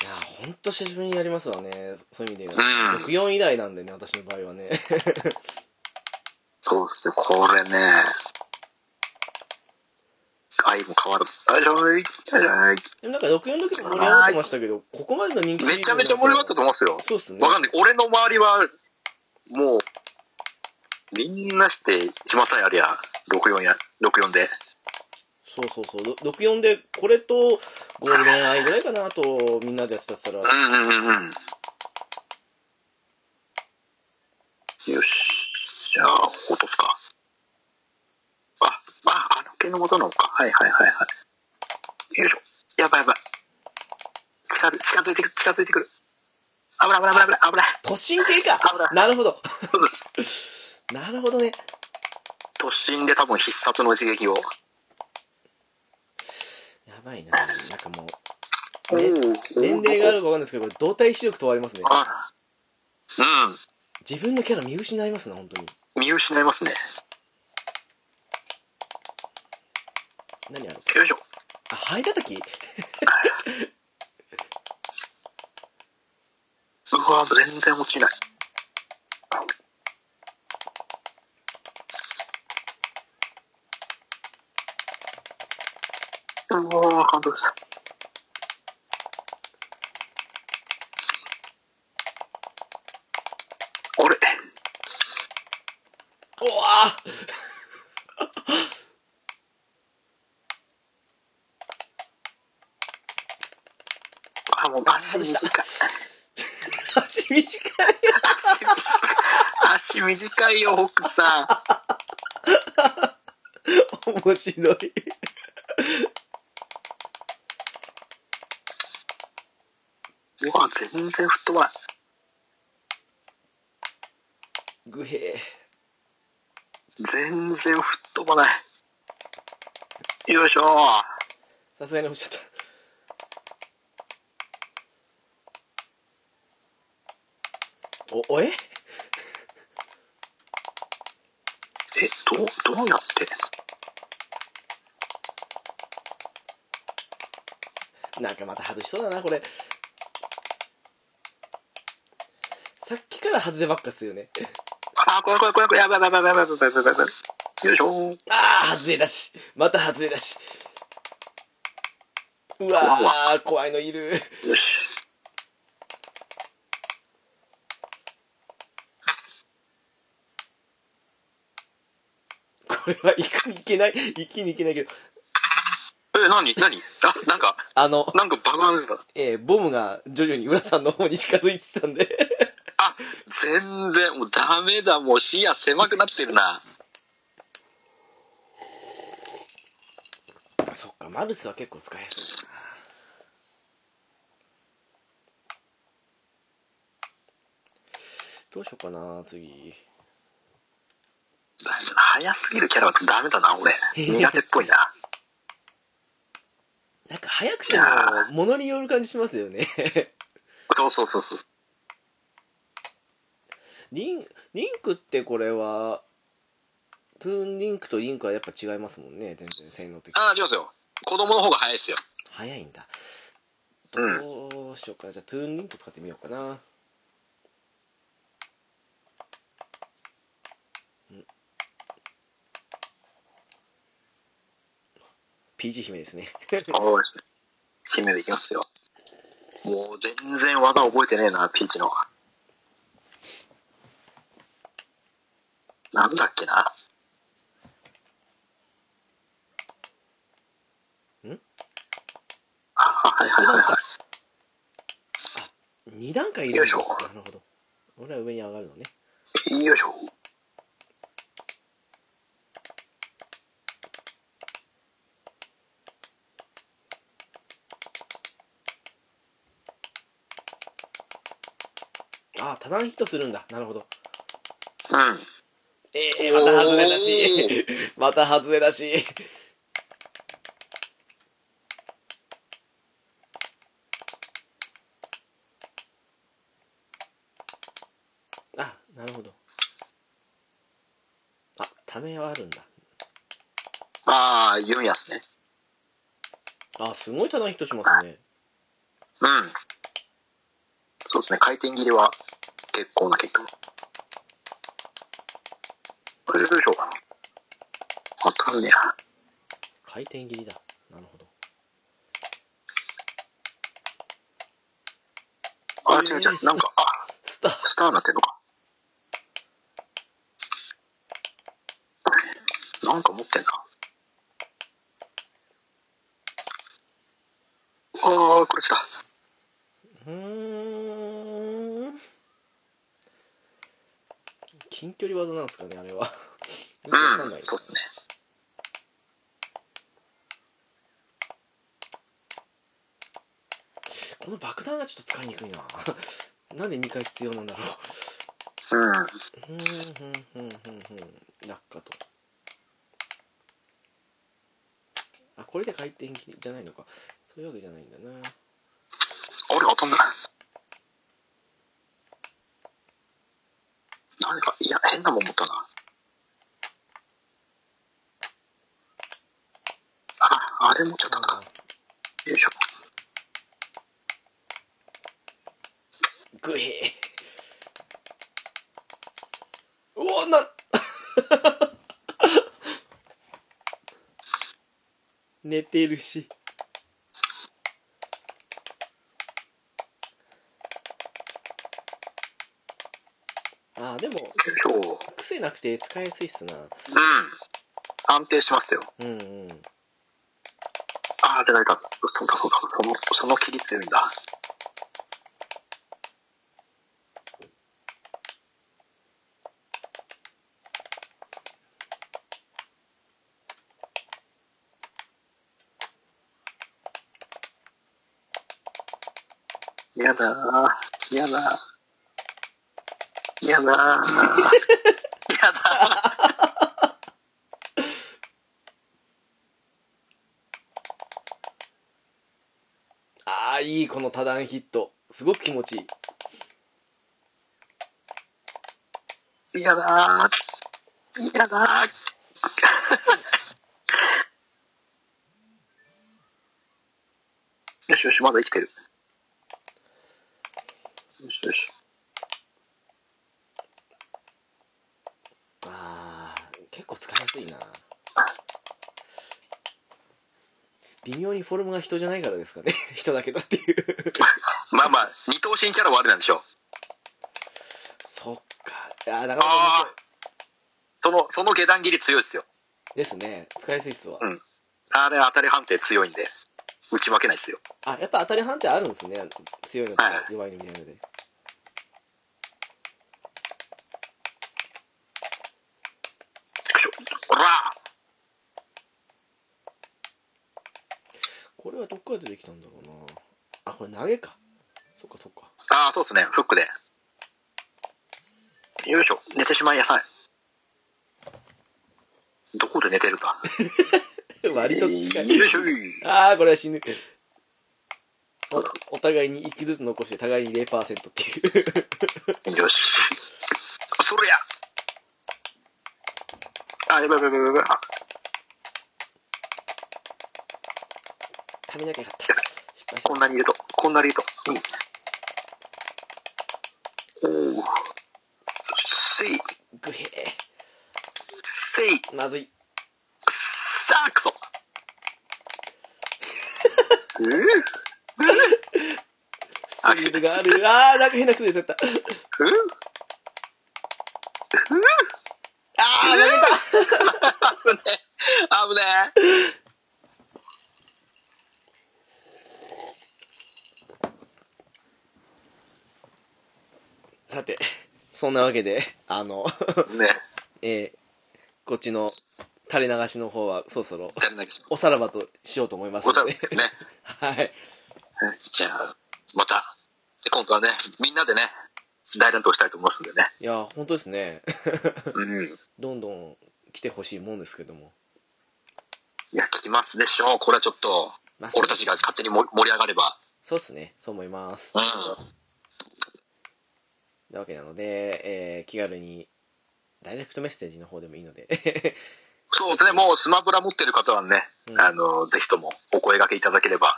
いやーほんと久しぶりにやりますわねそういう意味で言うんうと64以来なんでね私の場合は (laughs) ねそうですよ、これね。愛も変わらず。あいらい、あいらい。でもなんか64の時も盛り上がってましたけどここまでの人気シリーズめちゃめちゃ盛り上がったと思うんですよ。そうっすねわかんない。俺の周りは、もう、みんなして、暇さえありゃ、64や、64で。そうそうそうろ64でこれとゴールデンアイぐらいかなあとみんなでやってたらうんうんうんうん。よし。じゃあ、落とすか。あ、あ、あの毛の元のか。はいはいはいはい。よいしょ。やばいやばい。近づ近づいてくる、近づいてくる。危ない危ない危ない危ない。突進系か危ないなるほど (laughs) そう (laughs) です。なるほどね突進で多分必殺の一撃を。やばいななんかもおう、ね、お年齢があるかわかんないですけどこれ動体視力問われますねあらうん。自分のキャラ見失いますね本当に見失いますね。何あれよいしょ。あハエ叩きうわ、全然落ちない。うわ感動した。あれおわあ、もう足短い。ー足短い足短い。足短いよ、奥さん。 (laughs) 面白いうわ、全然吹っ飛ばない。グヘ全然吹っ飛ばない。よいしょーさすがに落ちちゃっおおええ、どう、どうやってなんかまた外しそうだなこれさっきから外ればっかっすよねあー、怖い怖い怖い怖い。やばいやばいやばいやばいやばいやばいやばい。よいしょああ外れだしまた外れだしうわー怖いのいるよし。これは行くに行けない一気に行けないけどえ、なになにあ、なんか、あの、なんか爆弾出た。えーボムが徐々に浦さんの方に近づいてたんであ、全然、もうダメだ。もう視野狭くなってるな。そっかマルスは結構使えそうだなどうしようかな次早すぎるキャラはダメだな、俺。苦手っぽいな。なんか早くてもいやものによる感じしますよね (laughs) そうそうそうそう。リンリンクってこれはトゥーンリンクとリンクはやっぱ違いますもんね全然性能的にあー、違うんですよ。子供の方が早いですよ。早いんだうんどうしようかなじゃあトゥーンリンク使ってみようかなうん PG 姫ですねおー姫でいきますよ。もう全然技覚えてねえな、ピーチの。なんだっけな。んあはいはいはいはい。 2段階いるんだよいしょなるほど俺は上に上がるのねよいしょ。ああ多段ヒットするんだなるほどうん。ええまた外れだし。 (laughs) また外れだし。あ、なるほど。あ、ためはあるんだ。ああ、ユンヤスね。あ、すごいただヒットしますね。うん。そうですね、回転切れは結構な結果。これどうしようかな。あ、取るねや。回転切りだ。なるほど。あ、違う違う。なんか、あ、スター。スターになってんのか。なんか持ってんな。ああ、これ来た。うーん。近距離技なんですかね、あれは。よくわかんうなんい、そうっすね。この爆弾がちょっと使いにくいな。なんで2回必要なんだろう。うん。ふんふんふんふんふん落下とあこれで回転切りじゃないのかそういうわけじゃないんだなあれ、当たんない。何か、いや、変なもん持ったな。あ、あれ持っちゃったんだ。よいしょ。グヘーおおな (laughs) 寝てるしあーでもよいしょ。癖なくて使いやすいっすなうん。安定しますよ。うんうんああ、出られた。そうだそうだ。その、その切り強いんだ。やだー。やだー。やだー。やだああいいこの多段ヒットすごく気持ちいいー。やだー。やだー。 (laughs) よしよし、まだ生きてる。よしよし。ああ結構使いやすいな微妙にフォルムが人じゃないからですかね (laughs) 人だけどっていうまあまあ、二等身キャラはあれなんでしょう。そっかああなかなか面あ白いあ。その、その下段切り強いですよ。ですね使いやすいっすわ、うんあれ当たり判定強いんで、打ち負けないですよ。あやっぱ当たり判定あるんですね強いのとはい弱いのみたいなのでちくしょこらこれはどっから出てきたんだろうなあこれ投げかそっかそっ (laughs) かああ、そうですね、フックで。よいしょ、寝てしまいなさい。どこで寝てるか。割と近いよいしょい。ああ、これは死ぬ。おお互いに1機ずつ残して、互いに0%って (laughs) いう。よし。それやあ、やばいやばいやばいやばい。あ食べなきゃよかった。失敗しこんた。なにいると、こんなにいると。うん。おお。せい、グヘー。せい、まずい。さあ、くそ。ううスリーブがある。ああ、なんか変な癖出ちゃった。うああ、投げた。 (laughs) 危ねえ危ねさて、そんなわけで、あの、 (laughs) えねえーこっちの垂れ流しの方は、そろそろじゃあねおさらばとしようと思いますおさのねで。 (laughs) はい。じゃあまた今度はねみんなでね大乱闘したいと思いますんでね。いやー本当ですねうん。いどんどん来てほしいもんですけども、や、聞きますでしょう。これはちょっと、まあ俺たちが勝手に盛り上がれば。そうですねそう思いますうん。なわけなので、えー気軽にダイレクトメッセージの方でもいいので (laughs) そうですね。もうスマブラ持ってる方はね、うんあの、ぜひともお声掛けいただければ、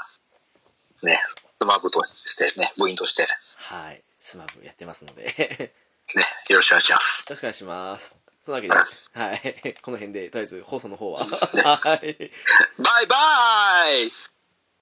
ね、スマブとしてね、部員として、はいスマブやってますのでね、よろしくお願いします。よろしくお願いしますそのわけで、 (laughs) はい。この辺で、とりあえず放送の方は。はい。バイバーイ